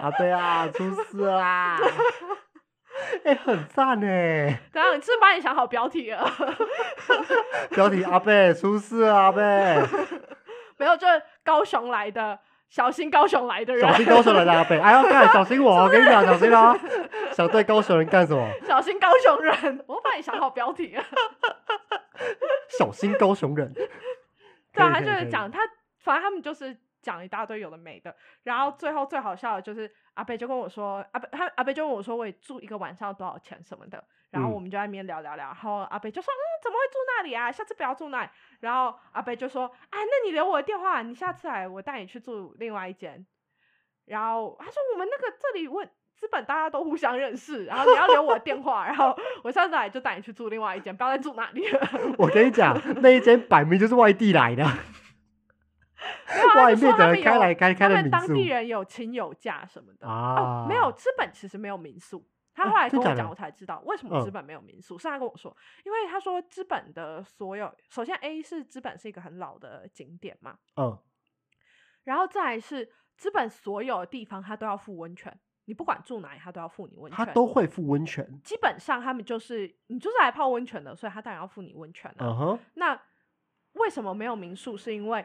Speaker 1: 阿贝啊，出事啦！ 哎、很赞哎、
Speaker 2: 等一下，你是不是帮你想好标题了？
Speaker 1: 标题阿贝出事啊，阿 贝，
Speaker 2: 没有，就是高雄来的，小心高雄来的人，
Speaker 1: 小心高手来的阿贝，哎要干，小心我，我跟你讲，小心啦、想对高手人干什么？
Speaker 2: 小心高雄人。我帮你想好标题了。
Speaker 1: 小心高雄人。
Speaker 2: 对啊，
Speaker 1: 可
Speaker 2: 他
Speaker 1: 以
Speaker 2: 就
Speaker 1: 可以可
Speaker 2: 是
Speaker 1: 以
Speaker 2: 讲他，反正他们就是讲一大堆有的没的，然
Speaker 1: 嗯
Speaker 2: 后最后最好笑的就是阿贝就跟我说，阿贝他阿贝就问我说，我也住一个晚上多少钱什么的，然后
Speaker 1: 嗯
Speaker 2: 我们就在那边聊聊聊，然后阿贝就说，嗯，怎么会住那里啊？下次不要住那里。然后阿贝就说，啊，那你留我的电话，你下次来我带你去住另外一间。然后他说，我们那个这里问。资本大家都互相认识，然后你要留我的电话，然后我下次来就带你去住另外一间，不要再住那里了。
Speaker 1: 我跟你讲，那一间摆明就是外地来的，
Speaker 2: 他
Speaker 1: 外
Speaker 2: 就
Speaker 1: 面
Speaker 2: 说他
Speaker 1: 的
Speaker 2: 们
Speaker 1: 人开
Speaker 2: 有
Speaker 1: 来开开的
Speaker 2: 他们
Speaker 1: 民
Speaker 2: 当
Speaker 1: 宿
Speaker 2: 地人有亲友假什么的
Speaker 1: 啊
Speaker 2: 哦，没有，资本其实没有民宿。他
Speaker 1: 啊
Speaker 2: 后来跟
Speaker 1: 真假
Speaker 2: 我
Speaker 1: 的
Speaker 2: 讲，我才知道为什么
Speaker 1: 嗯
Speaker 2: 资本没有民宿。是他跟我说，因为他说资本的所有，首先 A 是资本是一个很老的景点嘛，
Speaker 1: 嗯，
Speaker 2: 然后再来是资本所有的地方他都要付温泉，你不管住哪里，他都要付你温
Speaker 1: 他
Speaker 2: 泉。
Speaker 1: 都会付温泉。
Speaker 2: 基本上他们就是你就是来泡温泉的，所以他当然要付你温泉了、啊
Speaker 1: 嗯哼，
Speaker 2: 那为什么没有民宿？是因为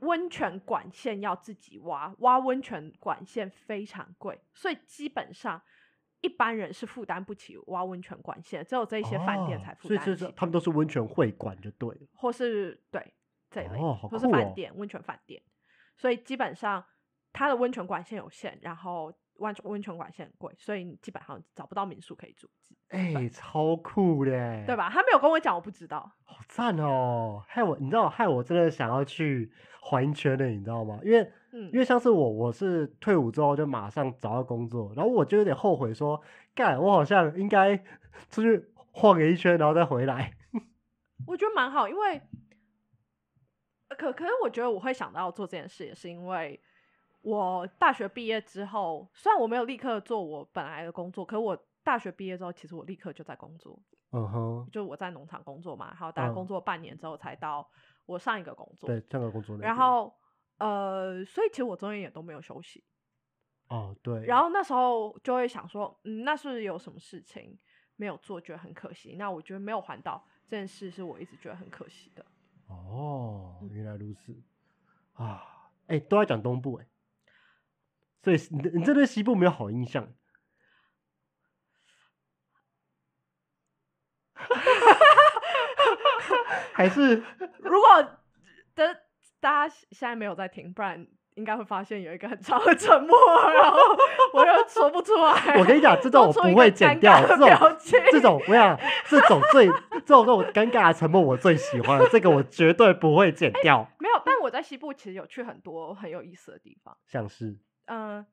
Speaker 2: 温泉管线要自己挖，挖温泉管线非常贵，所以基本上一般人是负担不起挖温泉管线，只有这一些饭店
Speaker 1: 哦
Speaker 2: 才负
Speaker 1: 所以
Speaker 2: 担
Speaker 1: 就
Speaker 2: 得
Speaker 1: 是
Speaker 2: 起，
Speaker 1: 他们都是温泉会馆就对了。
Speaker 2: 或是对这一类，
Speaker 1: 哦好
Speaker 2: 或是
Speaker 1: 酷
Speaker 2: 饭
Speaker 1: 哦
Speaker 2: 店、温泉饭店，所以基本上它的温泉管线有限，然后。温温泉管线很贵，所以你基本上找不到民宿可以住，
Speaker 1: 哎、超酷的、
Speaker 2: 对？吧？他没有跟我讲，我不知道。
Speaker 1: 好赞哦！害我，你知道，害我真的想要去环圈的，你知道吗？因为
Speaker 2: 嗯，
Speaker 1: 因为像是我，我是退伍之后就马上找到工作，然后我就有点后悔说，干，我好像应该出去晃个一圈，然后再回来。
Speaker 2: 我觉得蛮好，因为呃可可是我觉得我会想到做这件事，也是因为我大学毕业之后，虽然我没有立刻做我本来的工作，可我大学毕业之后，其实我立刻就在工作，
Speaker 1: 嗯哼，
Speaker 2: 就我在农场工作嘛，然后大概
Speaker 1: 嗯
Speaker 2: 工作半年之后才到我上一个工作，
Speaker 1: 对，这个工作那边。
Speaker 2: 然后呃，所以其实我中间也都没有休息，
Speaker 1: 哦，对，
Speaker 2: 然后那时候就会想说，嗯，那是不是有什么事情没有做，觉得很可惜？那我觉得没有环岛这件事是我一直觉得很可惜的。
Speaker 1: 哦，
Speaker 2: 嗯
Speaker 1: 原来如此啊！哎、都在讲东部哎、所以你的你这对西部没有好印 象。还是
Speaker 2: 如果的大家现在没有在听，不然应该会发现有一个很长的沉默，然后我又说不出来。
Speaker 1: 我跟你讲，这
Speaker 2: 做
Speaker 1: 种我
Speaker 2: 出
Speaker 1: 不
Speaker 2: 哎一
Speaker 1: 会
Speaker 2: 个
Speaker 1: 剪
Speaker 2: 尴
Speaker 1: 掉，
Speaker 2: 尬
Speaker 1: 这种
Speaker 2: 的表情
Speaker 1: 这种我想这种最这种这种尴尬的沉默我最喜 欢了，这个我绝对不会剪掉。
Speaker 2: 没有，但我在西部其实有去很多很有意思的地方。
Speaker 1: 像是
Speaker 2: 嗯、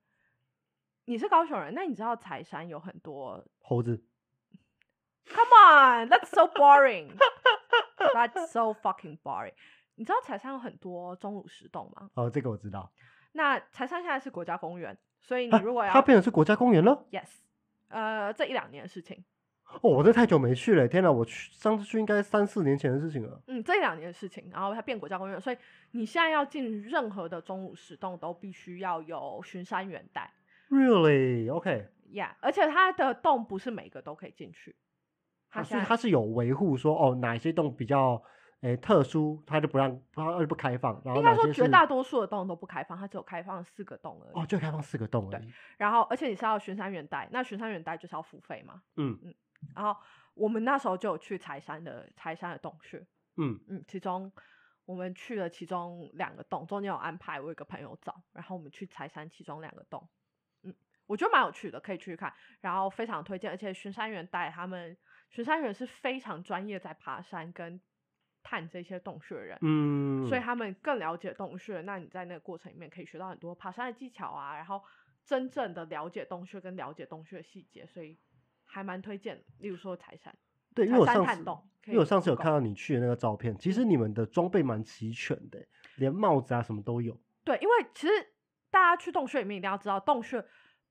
Speaker 2: 你是高雄人，那你知道柴山有很多
Speaker 1: 猴子，
Speaker 2: ？Come on，that's so boring，that's so fucking boring。你知道柴山有很多钟乳石洞吗？
Speaker 1: 哦，这个我知道。
Speaker 2: 那柴山现在是国家公园，所以你
Speaker 1: 啊
Speaker 2: 如果要、
Speaker 1: 它变成是国家公园了。
Speaker 2: yes，呃，这一两年的事情，
Speaker 1: 哦，我这太久没去了，天哪！我去上次去应该三四年前的事情了。
Speaker 2: 嗯，这一两年的事情，然后它变国家公园，所以你现在要进任何的钟乳石洞都必须要有巡山员带
Speaker 1: Really？OK，、
Speaker 2: ，yeah，而且它的洞不是每个都可以进去，它
Speaker 1: 它
Speaker 2: 现
Speaker 1: 是
Speaker 2: 在
Speaker 1: 哦它是有维护说哦，哪些洞比较诶特殊，它就不让它就不开放，然后
Speaker 2: 应该
Speaker 1: 哪
Speaker 2: 说
Speaker 1: 些
Speaker 2: 绝
Speaker 1: 是
Speaker 2: 大多数的洞都不开放，它只有开放四个洞而已。
Speaker 1: 哦就开放四个洞而
Speaker 2: 对
Speaker 1: 已。
Speaker 2: 然后，而且你是要巡山员带，那巡山员带就是要付费嘛。
Speaker 1: 嗯
Speaker 2: 然后我们那时候就有去柴山的柴山的洞穴，
Speaker 1: 嗯，
Speaker 2: 嗯，其中我们去了其中两个洞，中间有安排我有一个朋友找，然后我们去柴山其中两个洞，嗯，我觉得蛮有趣的，可以去看，然后非常推荐，而且巡山员带他们，巡山员是非常专业在爬山跟探这些洞穴的人，
Speaker 1: 嗯，
Speaker 2: 所以他们更了解洞穴。那你在那个过程里面可以学到很多爬山的技巧啊，然后真正的了解洞穴跟了解洞穴的细节，所以还蛮推荐。例如说柴山，
Speaker 1: 对，因为
Speaker 2: 柴
Speaker 1: 我
Speaker 2: 山
Speaker 1: 上
Speaker 2: 探
Speaker 1: 次
Speaker 2: 洞，可
Speaker 1: 因
Speaker 2: 以嗯
Speaker 1: 为我上次有
Speaker 2: Google
Speaker 1: 看到你去的那个照片，其实你们的装备蛮齐全的，连帽子啊什么都有。
Speaker 2: 对，因为其实大家去洞穴里面一定要知道，洞穴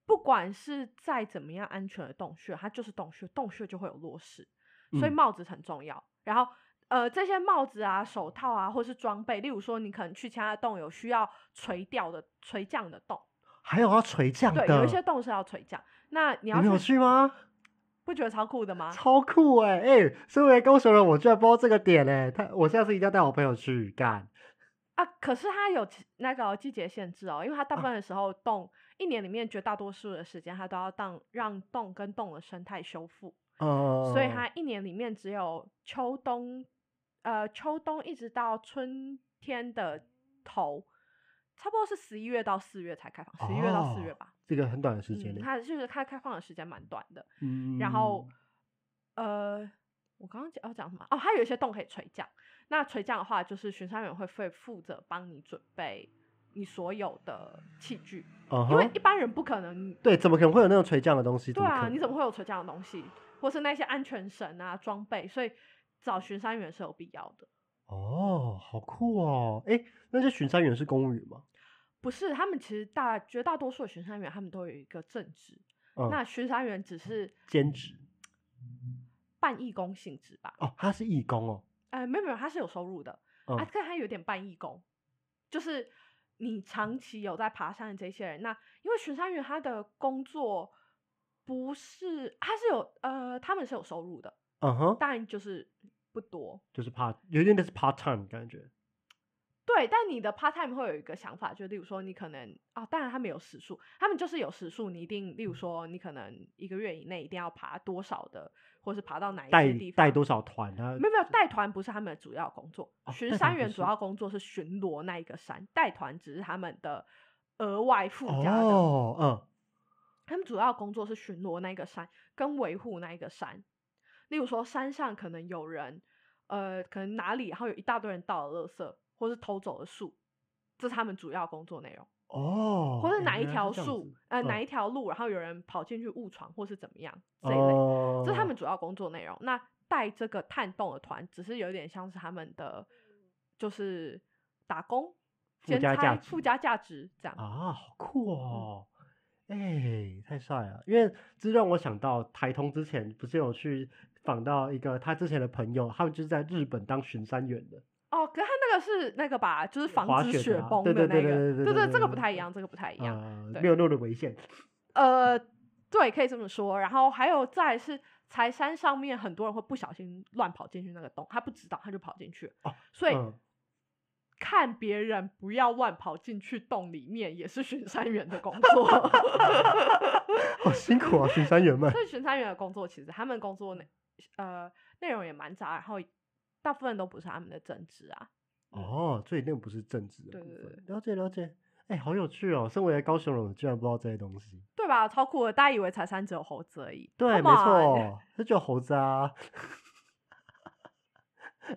Speaker 2: 不管是再怎么样安全的洞穴，它就是洞穴，洞穴就会有落石，所以
Speaker 1: 嗯
Speaker 2: 帽子很重要。然后呃，这些帽子啊、手套啊，或是装备，例如说你可能去其他的洞有需要垂钓的、垂降的洞，
Speaker 1: 还有要垂降嗯的，
Speaker 2: 对，有一些洞是要垂降。那你
Speaker 1: 你
Speaker 2: 要
Speaker 1: 们有
Speaker 2: 去，
Speaker 1: 去吗？
Speaker 2: 不觉得超酷的吗？
Speaker 1: 超酷哎、欸、哎、身为高雄人，我居然不知道这个点哎、他我下次一定要带我朋友去干。
Speaker 2: 啊，可是它有其那个季节限制哦，因为它大部
Speaker 1: 啊
Speaker 2: 分的时候洞、一年里面绝大多数的时间，它都要当让洞跟洞的生态修复。
Speaker 1: 呃，
Speaker 2: 所以它一年里面只有秋冬，呃，秋冬一直到春天的头，差不多是十一月到四月才开放，十一月到四月
Speaker 1: 哦
Speaker 2: 吧。
Speaker 1: 这个很短的时间
Speaker 2: 嗯，
Speaker 1: 内，
Speaker 2: 它就是它开放的时间蛮短的。
Speaker 1: 嗯
Speaker 2: 然后，呃，我刚刚讲要讲什么？哦，它有一些洞可以垂降。那垂降的话，就是巡山员会会负责帮你准备你所有的器具，
Speaker 1: 嗯
Speaker 2: 因为
Speaker 1: 哼
Speaker 2: 一般人不可能
Speaker 1: 对，怎么可能会有那种垂降的东西？
Speaker 2: 对啊，你怎
Speaker 1: 么
Speaker 2: 么会有垂降的东西，或是那些安全绳啊、装备？所以找巡山员是有必要的。
Speaker 1: 可能？哦，好酷哦！哎，那些巡山员是公务员吗？
Speaker 2: 不是，他们其实大绝大多数的巡山员，他们都有一个正职，
Speaker 1: 嗯，
Speaker 2: 那巡山员只是
Speaker 1: 兼职
Speaker 2: 半义工性质吧？
Speaker 1: 哦，他是义工哦。
Speaker 2: 呃，没有没有，他是有收入的，
Speaker 1: 嗯
Speaker 2: 啊，但他有点半义工，就是你长期有在爬山的这些人，那因为巡山员他的工作不是，他是有呃，他们是有收入的，
Speaker 1: 嗯哼，
Speaker 2: 当然就是不多，
Speaker 1: 就是怕有点类似 part time 感觉。
Speaker 2: 对，但你的 part time 会有一个想法，就例如说你可能啊、当然他们有时数，他们就是有时数，你一定，例如说你可能一个月以内一定要爬多少的，或是爬到哪一
Speaker 1: 带
Speaker 2: 些地方，
Speaker 1: 带多少团？他
Speaker 2: 没有没有带团不是他们的主要工作，
Speaker 1: 哦
Speaker 2: 巡
Speaker 1: 带团
Speaker 2: 山
Speaker 1: 不
Speaker 2: 员主
Speaker 1: 是
Speaker 2: 要工作是巡逻那一个山，带团只是他们的额外附加的，
Speaker 1: 哦，嗯，
Speaker 2: 他们主要工作是巡逻那一个山跟维护那一个山。例如说山上可能有人，呃，可能哪里然后有一大堆人倒了垃圾，或是偷走了树，这是他们主要工作内容。
Speaker 1: 哦，
Speaker 2: 或是
Speaker 1: 诶
Speaker 2: 哪一
Speaker 1: 原来
Speaker 2: 条
Speaker 1: 是这样
Speaker 2: 树
Speaker 1: 子，
Speaker 2: 呃，
Speaker 1: 嗯
Speaker 2: 哪一条路，然后有人跑进去误闯或是怎么样这一类，
Speaker 1: 哦，
Speaker 2: 这是他们主要工作内容。那带这个探洞的团，只是有点像是他们的就是打工、
Speaker 1: 附
Speaker 2: 兼
Speaker 1: 加价
Speaker 2: 差、
Speaker 1: 值
Speaker 2: 附加价值这样。
Speaker 1: 啊，好
Speaker 2: 嗯
Speaker 1: 酷哦！哎、太帅了！因为这让我想到台通之前不是有去访到一个他之前的朋友，他们就是在日本当巡山员的。
Speaker 2: 哦，可是他那个是那个吧，就是
Speaker 1: 滑
Speaker 2: 防止
Speaker 1: 雪的
Speaker 2: 雪
Speaker 1: 啊
Speaker 2: 崩
Speaker 1: 对
Speaker 2: 的那
Speaker 1: 对对
Speaker 2: 个，
Speaker 1: 对对
Speaker 2: 对
Speaker 1: 对
Speaker 2: 这个
Speaker 1: 对
Speaker 2: 不
Speaker 1: 对
Speaker 2: 太一样，这个不太一样。
Speaker 1: 呃，
Speaker 2: 哎对
Speaker 1: 没有那么危险。
Speaker 2: 呃，对，可以这么说。然后还有再来是柴山上面，很多人会不小心乱跑进去那个洞，他不知道他就跑进去了，
Speaker 1: 哦
Speaker 2: 所以。
Speaker 1: 嗯
Speaker 2: 看别人不要乱跑进去洞里面，也是巡山员的工作。
Speaker 1: 好辛苦啊，巡山员们。
Speaker 2: 所以巡山员的工作，其实他们工作内呃内容也蛮杂，然后大部分都不是他们的正职啊。嗯
Speaker 1: 哦，所以那个不是政治的
Speaker 2: 对
Speaker 1: 部
Speaker 2: 对
Speaker 1: 分，了解了解。哎、好有趣哦！身为高雄人，我居然不知道这些东西。
Speaker 2: 对吧？超酷的，大家以为柴山只有猴子而已。
Speaker 1: 对，没
Speaker 2: Come on，
Speaker 1: 错，这就猴子啊。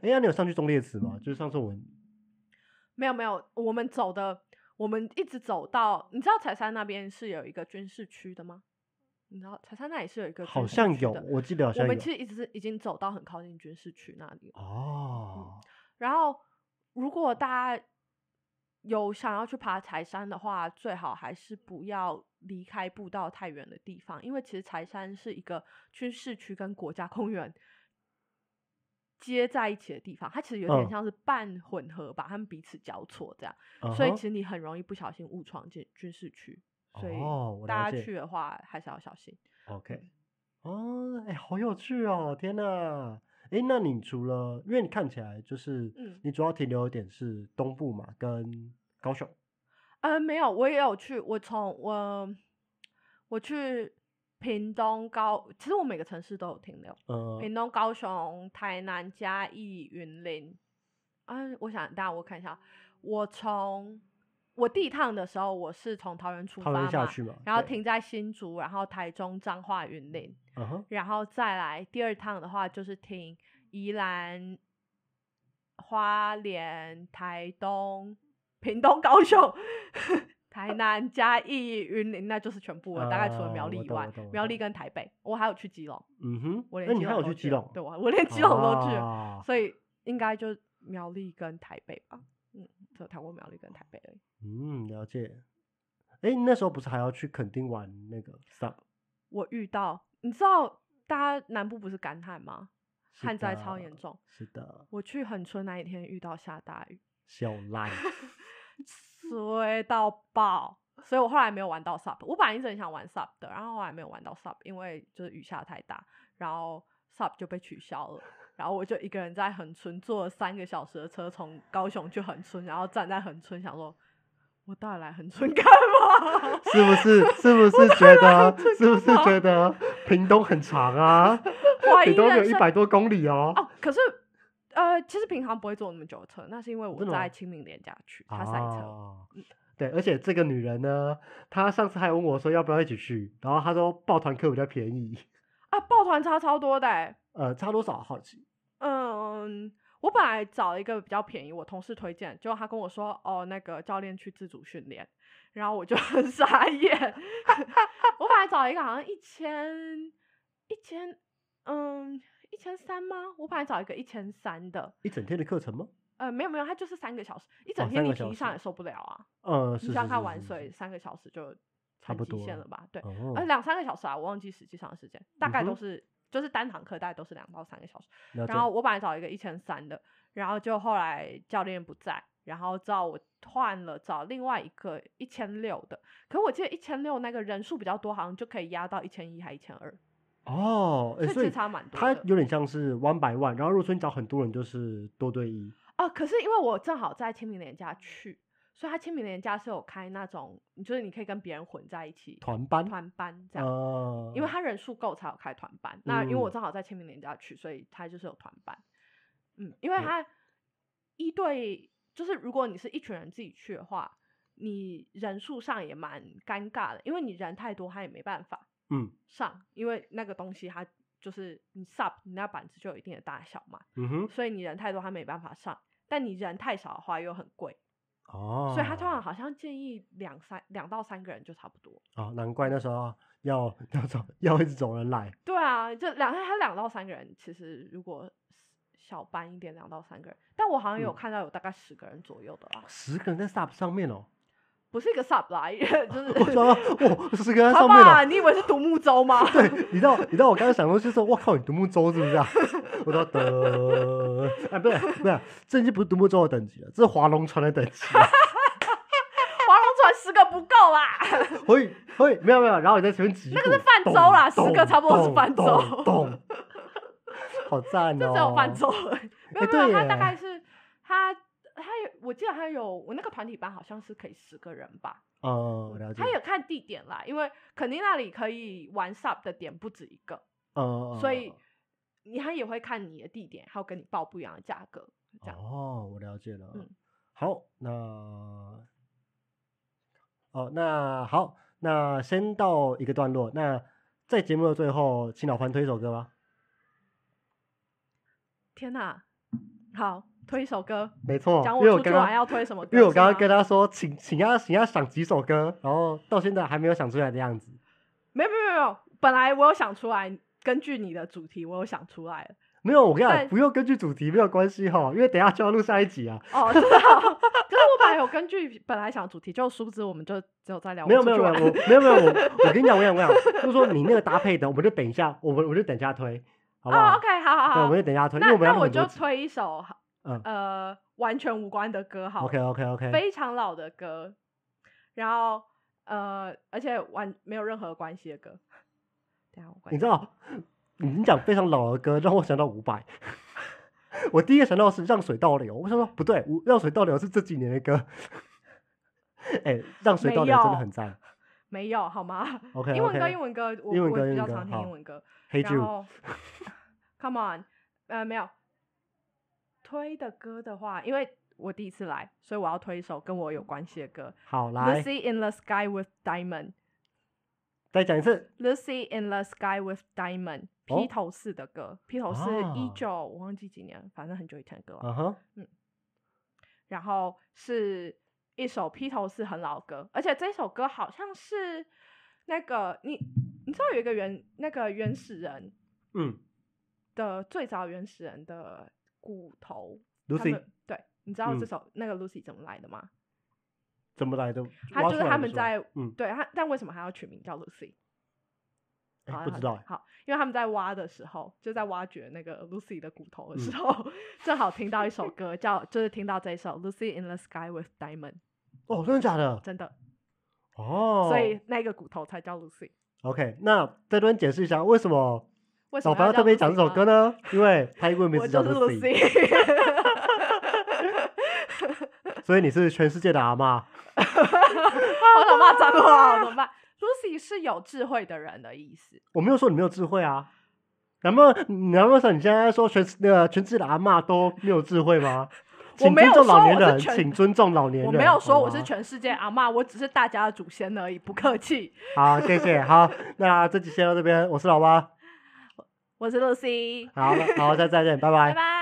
Speaker 1: 哎、呀、你有上去中烈祠吗？就是上次我们
Speaker 2: 没有没有，我们走的，我们一直走到，你知道柴山那边是有一个军事区的吗？你知道柴山那里是有一个
Speaker 1: 好
Speaker 2: 军事
Speaker 1: 像
Speaker 2: 区
Speaker 1: 有，
Speaker 2: 的
Speaker 1: 我记得好像有。
Speaker 2: 我嗯们其实一直是已经走到很靠近军事区那里了。
Speaker 1: 哦，
Speaker 2: 然后如果大家有想要去爬柴山的话，最好还是不要离开步道太远的地方，因为其实柴山是一个去市区跟国家公园 接在一起的地方，它其实有点
Speaker 1: 嗯
Speaker 2: 像是半混合吧，它们彼此交错这样，
Speaker 1: 嗯
Speaker 2: 所以
Speaker 1: 哼
Speaker 2: 其实你很容易不小心误闯进军事区，所以
Speaker 1: 哦我
Speaker 2: 大
Speaker 1: 了
Speaker 2: 家
Speaker 1: 解
Speaker 2: 去的话还是要小心。
Speaker 1: OK，哦，哎、好有趣哦！天呐，哎、那你除了，因为你看起来就是，
Speaker 2: 嗯
Speaker 1: 你主要停留的点是东部嘛，跟高雄。
Speaker 2: 呃，没有，我也有去，我从我我去屏东高，其实我每个城市都有停留，
Speaker 1: 呃，
Speaker 2: 屏东、高雄、台南、嘉义、云林。啊，我想，大家我看一下，我从我第一趟的时候，我是从桃园出
Speaker 1: 桃
Speaker 2: 发
Speaker 1: 园下
Speaker 2: 嘛，
Speaker 1: 去嘛，
Speaker 2: 然后
Speaker 1: 对，
Speaker 2: 停在新竹，然后台中、彰化、云林，
Speaker 1: 嗯哼，
Speaker 2: 然后再来第二趟的话，就是停宜兰、花莲、台东、屏东、高雄、 台南、嘉义、云林，那就是全部了。大概除了苗
Speaker 1: 啊
Speaker 2: 栗
Speaker 1: 我
Speaker 2: 以
Speaker 1: 懂我
Speaker 2: 外
Speaker 1: 懂我，
Speaker 2: 苗栗
Speaker 1: 懂
Speaker 2: 跟台北，我还有去基隆，
Speaker 1: 嗯哼，
Speaker 2: 我
Speaker 1: 那
Speaker 2: 连
Speaker 1: 你
Speaker 2: 基
Speaker 1: 还
Speaker 2: 隆
Speaker 1: 有
Speaker 2: 都
Speaker 1: 去
Speaker 2: 去
Speaker 1: 基隆
Speaker 2: 了，对我我连基隆都去了，
Speaker 1: 啊
Speaker 2: 所以应该就苗栗跟台北吧。嗯，只有谈过苗栗跟台北而已。
Speaker 1: 嗯，了解。哎、你那时候不是还要去垦丁玩那个 SUP？
Speaker 2: 我遇到，你知道大家南部不是干旱吗？
Speaker 1: 是
Speaker 2: 旱灾
Speaker 1: 的
Speaker 2: 超严重。
Speaker 1: 是的，
Speaker 2: 我去恒春那一天遇到下大雨，
Speaker 1: 小烂，
Speaker 2: 衰到爆。所以我后来没有玩到 SUP，我本来一直很想玩 SUP 的，然后后来没有玩到 SUP，因为就是雨下太大，然后 SUP 就被取消了，然后我就一个人在恒春坐了三个小时的车从高雄去恒春，然后站在恒春想说，我到底来恒春干嘛？
Speaker 1: 是不是？是不是觉得？
Speaker 2: 这
Speaker 1: 是不
Speaker 2: 个
Speaker 1: 是
Speaker 2: 吗
Speaker 1: 觉得屏东很长啊？
Speaker 2: 怀疑
Speaker 1: 屏东有
Speaker 2: 人
Speaker 1: 一
Speaker 2: 生
Speaker 1: 百多公里哦。
Speaker 2: 哦，可是呃，其实平常不会坐那么久的车，那是因为我
Speaker 1: 真的吗
Speaker 2: 在清明连假去，他塞车，嗯
Speaker 1: 哦对，而且这个女人呢，她上次还问我说要不要一起去，然后她说抱团客比较便宜，
Speaker 2: 啊，抱团差超多的、欸。
Speaker 1: 呃，差多少好奇？
Speaker 2: 嗯，我本来找一个比较便宜，我同事推荐，结果他跟我说，哦，那个教练去自主训练，然后我就 很傻眼。 我本来找一个好像一千一千，嗯，一千三吗？我本来找一个一千三的，
Speaker 1: 一整天的课程吗？
Speaker 2: 呃，没有没有，他就是三个小时，一
Speaker 1: 哦
Speaker 2: 整天
Speaker 1: 三
Speaker 2: 你
Speaker 1: 个小
Speaker 2: 体力上
Speaker 1: 时
Speaker 2: 也受不了啊。
Speaker 1: 呃，是
Speaker 2: 你想
Speaker 1: 是
Speaker 2: 看
Speaker 1: 是
Speaker 2: 玩
Speaker 1: 是
Speaker 2: 水
Speaker 1: 是
Speaker 2: 三个小时就
Speaker 1: 差
Speaker 2: 成
Speaker 1: 不
Speaker 2: 极
Speaker 1: 多
Speaker 2: 限
Speaker 1: 了
Speaker 2: 了吧？对，
Speaker 1: 哦
Speaker 2: 呃，，两三个小时啊，我忘记实际上的时间，大概
Speaker 1: 嗯
Speaker 2: 都
Speaker 1: 哼
Speaker 2: 是、就是单堂课大概都是两到三个小时。
Speaker 1: 了解
Speaker 2: 然后我本来找一个一千三的，然后就后来教练不在，然后找我换了找另外一个一千六的，可我记得一千六那个人数比较多，好像就可以压到一千一还一千二，
Speaker 1: 哦，哎
Speaker 2: 所
Speaker 1: 所
Speaker 2: 以其实
Speaker 1: 以
Speaker 2: 差蛮多
Speaker 1: 它
Speaker 2: 的
Speaker 1: 有点像是 one by one，然后如果说你找很多人，就是多对一
Speaker 2: 啊。可是因为我正好在清明年假去，所以他清明年假是有开那种，就是你可以跟别人混在一起
Speaker 1: 团班，
Speaker 2: 团班这样。
Speaker 1: 呃，
Speaker 2: 因为他人数够才有开团班。那因为我
Speaker 1: 嗯
Speaker 2: 正好在清明年假去，所以他就是有团班。嗯，因为
Speaker 1: 嗯
Speaker 2: 他一对就是如果你是一群人自己去的话，你人数上也蛮尴尬的，因为你人太多，他也没办法
Speaker 1: 嗯
Speaker 2: 上，因为那个东西它就是你 sub 你那板子就有一定的大小嘛，
Speaker 1: 嗯哼，
Speaker 2: 所以你人太多他没办法上。但你人太少的话又很贵，
Speaker 1: 哦，
Speaker 2: 所以他通常好像建议两三两到三个人就差不多。
Speaker 1: 哦，难怪那时候要要找要一直找人来，
Speaker 2: 对啊，就两他两到三个人，其实如果小班一点，两到三个人。但我好像有
Speaker 1: 嗯
Speaker 2: 看到有大概十个人左右的啦，
Speaker 1: 十个人在 sub 上面哦，
Speaker 2: 不是一个 sub 啦，就
Speaker 1: 我
Speaker 2: 是
Speaker 1: 想到哇，十个人在上
Speaker 2: 好
Speaker 1: 面哦
Speaker 2: 吧？，你以为是独木舟吗？
Speaker 1: 对，你知道，你知道我刚才想说就是说，我靠，你独木舟是不是啊？ 我说得，哎，不是，不是，这已经不是独木舟的等级了，啊这是划龙船的等级啊 了。
Speaker 2: 划龙船十个不够啦，
Speaker 1: 会会，没有没有，然后你在前面挤一步，
Speaker 2: 那个是泛舟啦
Speaker 1: 咚
Speaker 2: 十个差不多是
Speaker 1: 咚
Speaker 2: 泛舟
Speaker 1: 咚咚好赞哦！
Speaker 2: 这只有泛舟而已。没
Speaker 1: 哎
Speaker 2: 有没
Speaker 1: 对
Speaker 2: 有，
Speaker 1: 耶
Speaker 2: 他大概是他他有，我记得他有我那个团体班好像是可以十个人吧。
Speaker 1: 哦，了解
Speaker 2: 他。也看地点啦，因为肯定那里可以玩 sub 的点不止一个。
Speaker 1: 呃，
Speaker 2: 所以你他也会看你的地点，还有跟你报不一样的价格。这样
Speaker 1: 哦，我了解了。
Speaker 2: 嗯
Speaker 1: 好，那哦，那好，那先到一个段落。那在节目的最后，请老樊推一首歌吧。
Speaker 2: 天哪、好，推一首歌，
Speaker 1: 没错，
Speaker 2: 讲
Speaker 1: 因
Speaker 2: 我
Speaker 1: 为我
Speaker 2: 出去
Speaker 1: 刚
Speaker 2: 玩
Speaker 1: 刚
Speaker 2: 要推什么歌？
Speaker 1: 因为我刚刚
Speaker 2: 是吗
Speaker 1: 跟他说，请请他请他想几首歌，然后到现在还没有想出来的样子。
Speaker 2: 没有没有没有，没有本来我有想出来，根据你的主题，我有想出来了，
Speaker 1: 没有，我跟你
Speaker 2: 在
Speaker 1: 讲，不用根据主题没有关系哈，因为等一下就要录下一集啊。
Speaker 2: 哦，真的哦。 可是我本来有根据本来想的主题，就殊不知我们就只有在聊
Speaker 1: 没有
Speaker 2: 我出
Speaker 1: 没有没
Speaker 2: 去
Speaker 1: 有，
Speaker 2: 玩
Speaker 1: 我没有没有我我跟你讲，我跟你讲，我跟你讲，就是说你那个搭配的，我们就等一下，我们我就等一下推，好不
Speaker 2: 哦
Speaker 1: 好？
Speaker 2: ，OK，好好
Speaker 1: 对，我
Speaker 2: 好。
Speaker 1: 们就等一下推，因
Speaker 2: 那
Speaker 1: 为我们要
Speaker 2: 那
Speaker 1: 录
Speaker 2: 我
Speaker 1: 很多
Speaker 2: 就
Speaker 1: 集。
Speaker 2: 推一首
Speaker 1: 嗯
Speaker 2: 呃完全无关的歌好了
Speaker 1: OK OK OK，
Speaker 2: 非常老的歌，然后呃而且完没有任何关系的歌。等一下我关
Speaker 1: 你
Speaker 2: 一
Speaker 1: 知
Speaker 2: 下。
Speaker 1: 道，你讲非常老的歌，让我想到伍佰。 我第一个想到的是《让水倒流》，我想说不对，我《让水倒流》是这几年的歌。哎、让水
Speaker 2: 没
Speaker 1: 倒流》真
Speaker 2: 有
Speaker 1: 的很赞。
Speaker 2: 没有好吗？
Speaker 1: OK
Speaker 2: 英文歌
Speaker 1: OK
Speaker 2: 英文歌我
Speaker 1: 英文
Speaker 2: 我
Speaker 1: 歌
Speaker 2: 比
Speaker 1: 英
Speaker 2: 较
Speaker 1: 文歌
Speaker 2: 常听
Speaker 1: 好
Speaker 2: 英文歌，
Speaker 1: 黑
Speaker 2: 然
Speaker 1: Jude，
Speaker 2: 后 Come on，呃没有推的歌的话，因为我第一次来，所以我要推一首跟我有关系的歌
Speaker 1: 好来，
Speaker 2: ，Lucy in the Sky with Diamond。
Speaker 1: 再讲一次。
Speaker 2: Lucy in the Sky with Diamond，披
Speaker 1: 哦
Speaker 2: 头士的歌，披头士
Speaker 1: 啊
Speaker 2: 一九、我忘记几年，反正很久以前的歌了。
Speaker 1: 嗯哼，
Speaker 2: 然后是一首披头士很老的歌，而且这首歌好像是那个你你知道有一个原那个原始人
Speaker 1: 嗯
Speaker 2: 的最早原始人的骨头他
Speaker 1: ，Lucy
Speaker 2: 们对，你知道这
Speaker 1: 嗯
Speaker 2: 首、那个 Lucy 怎么来的吗？
Speaker 1: 怎么来的？
Speaker 2: 他
Speaker 1: 挖
Speaker 2: 就是
Speaker 1: 出来
Speaker 2: 他
Speaker 1: 的
Speaker 2: 们
Speaker 1: 是吗
Speaker 2: 在
Speaker 1: 嗯，
Speaker 2: 对他，但为什么还要取名叫 Lucy？
Speaker 1: 哎
Speaker 2: 好
Speaker 1: 不知道哎、
Speaker 2: 好，因为他们在挖的时候，就在挖掘那个 Lucy 的骨头的
Speaker 1: 嗯
Speaker 2: 时候，正好听到一首歌叫，就是听到这一首《Lucy in the Sky with Diamond》，
Speaker 1: 哦，真的假的？
Speaker 2: 真的，
Speaker 1: 哦，
Speaker 2: 所以那个骨头才叫 Lucy。
Speaker 1: OK，那在这边解释一下为什么
Speaker 2: 为什
Speaker 1: 老
Speaker 2: 么
Speaker 1: 白
Speaker 2: 要
Speaker 1: 要
Speaker 2: 叫
Speaker 1: 特别讲这
Speaker 2: Lucy
Speaker 1: 首歌
Speaker 2: 吗？
Speaker 1: 呢？因为他英文名
Speaker 2: 我
Speaker 1: 字
Speaker 2: 就
Speaker 1: 叫
Speaker 2: 是
Speaker 1: Lucy，
Speaker 2: Lucy。
Speaker 1: 所以你是全世界的阿妈。
Speaker 2: 我想骂脏话，怎么办？Lucy 是有智慧的人的意思。
Speaker 1: 我没有说你没有智慧啊。难不难不成你现在说全那个全世界的阿嬷都没有智慧 吗？
Speaker 2: 我
Speaker 1: 请
Speaker 2: 没有
Speaker 1: 尊重
Speaker 2: 说
Speaker 1: 老年
Speaker 2: 我是
Speaker 1: 人，
Speaker 2: 全
Speaker 1: 请尊重老年人。
Speaker 2: 我没有说
Speaker 1: 好
Speaker 2: 我是
Speaker 1: 吗
Speaker 2: 全世界阿嬷，我只是大家的祖先而已，不客气。
Speaker 1: 好，谢谢。好，那这集先到这边，我是老八。
Speaker 2: 我是 Lucy，
Speaker 1: 好，好，下次再见，拜拜
Speaker 2: 拜。拜。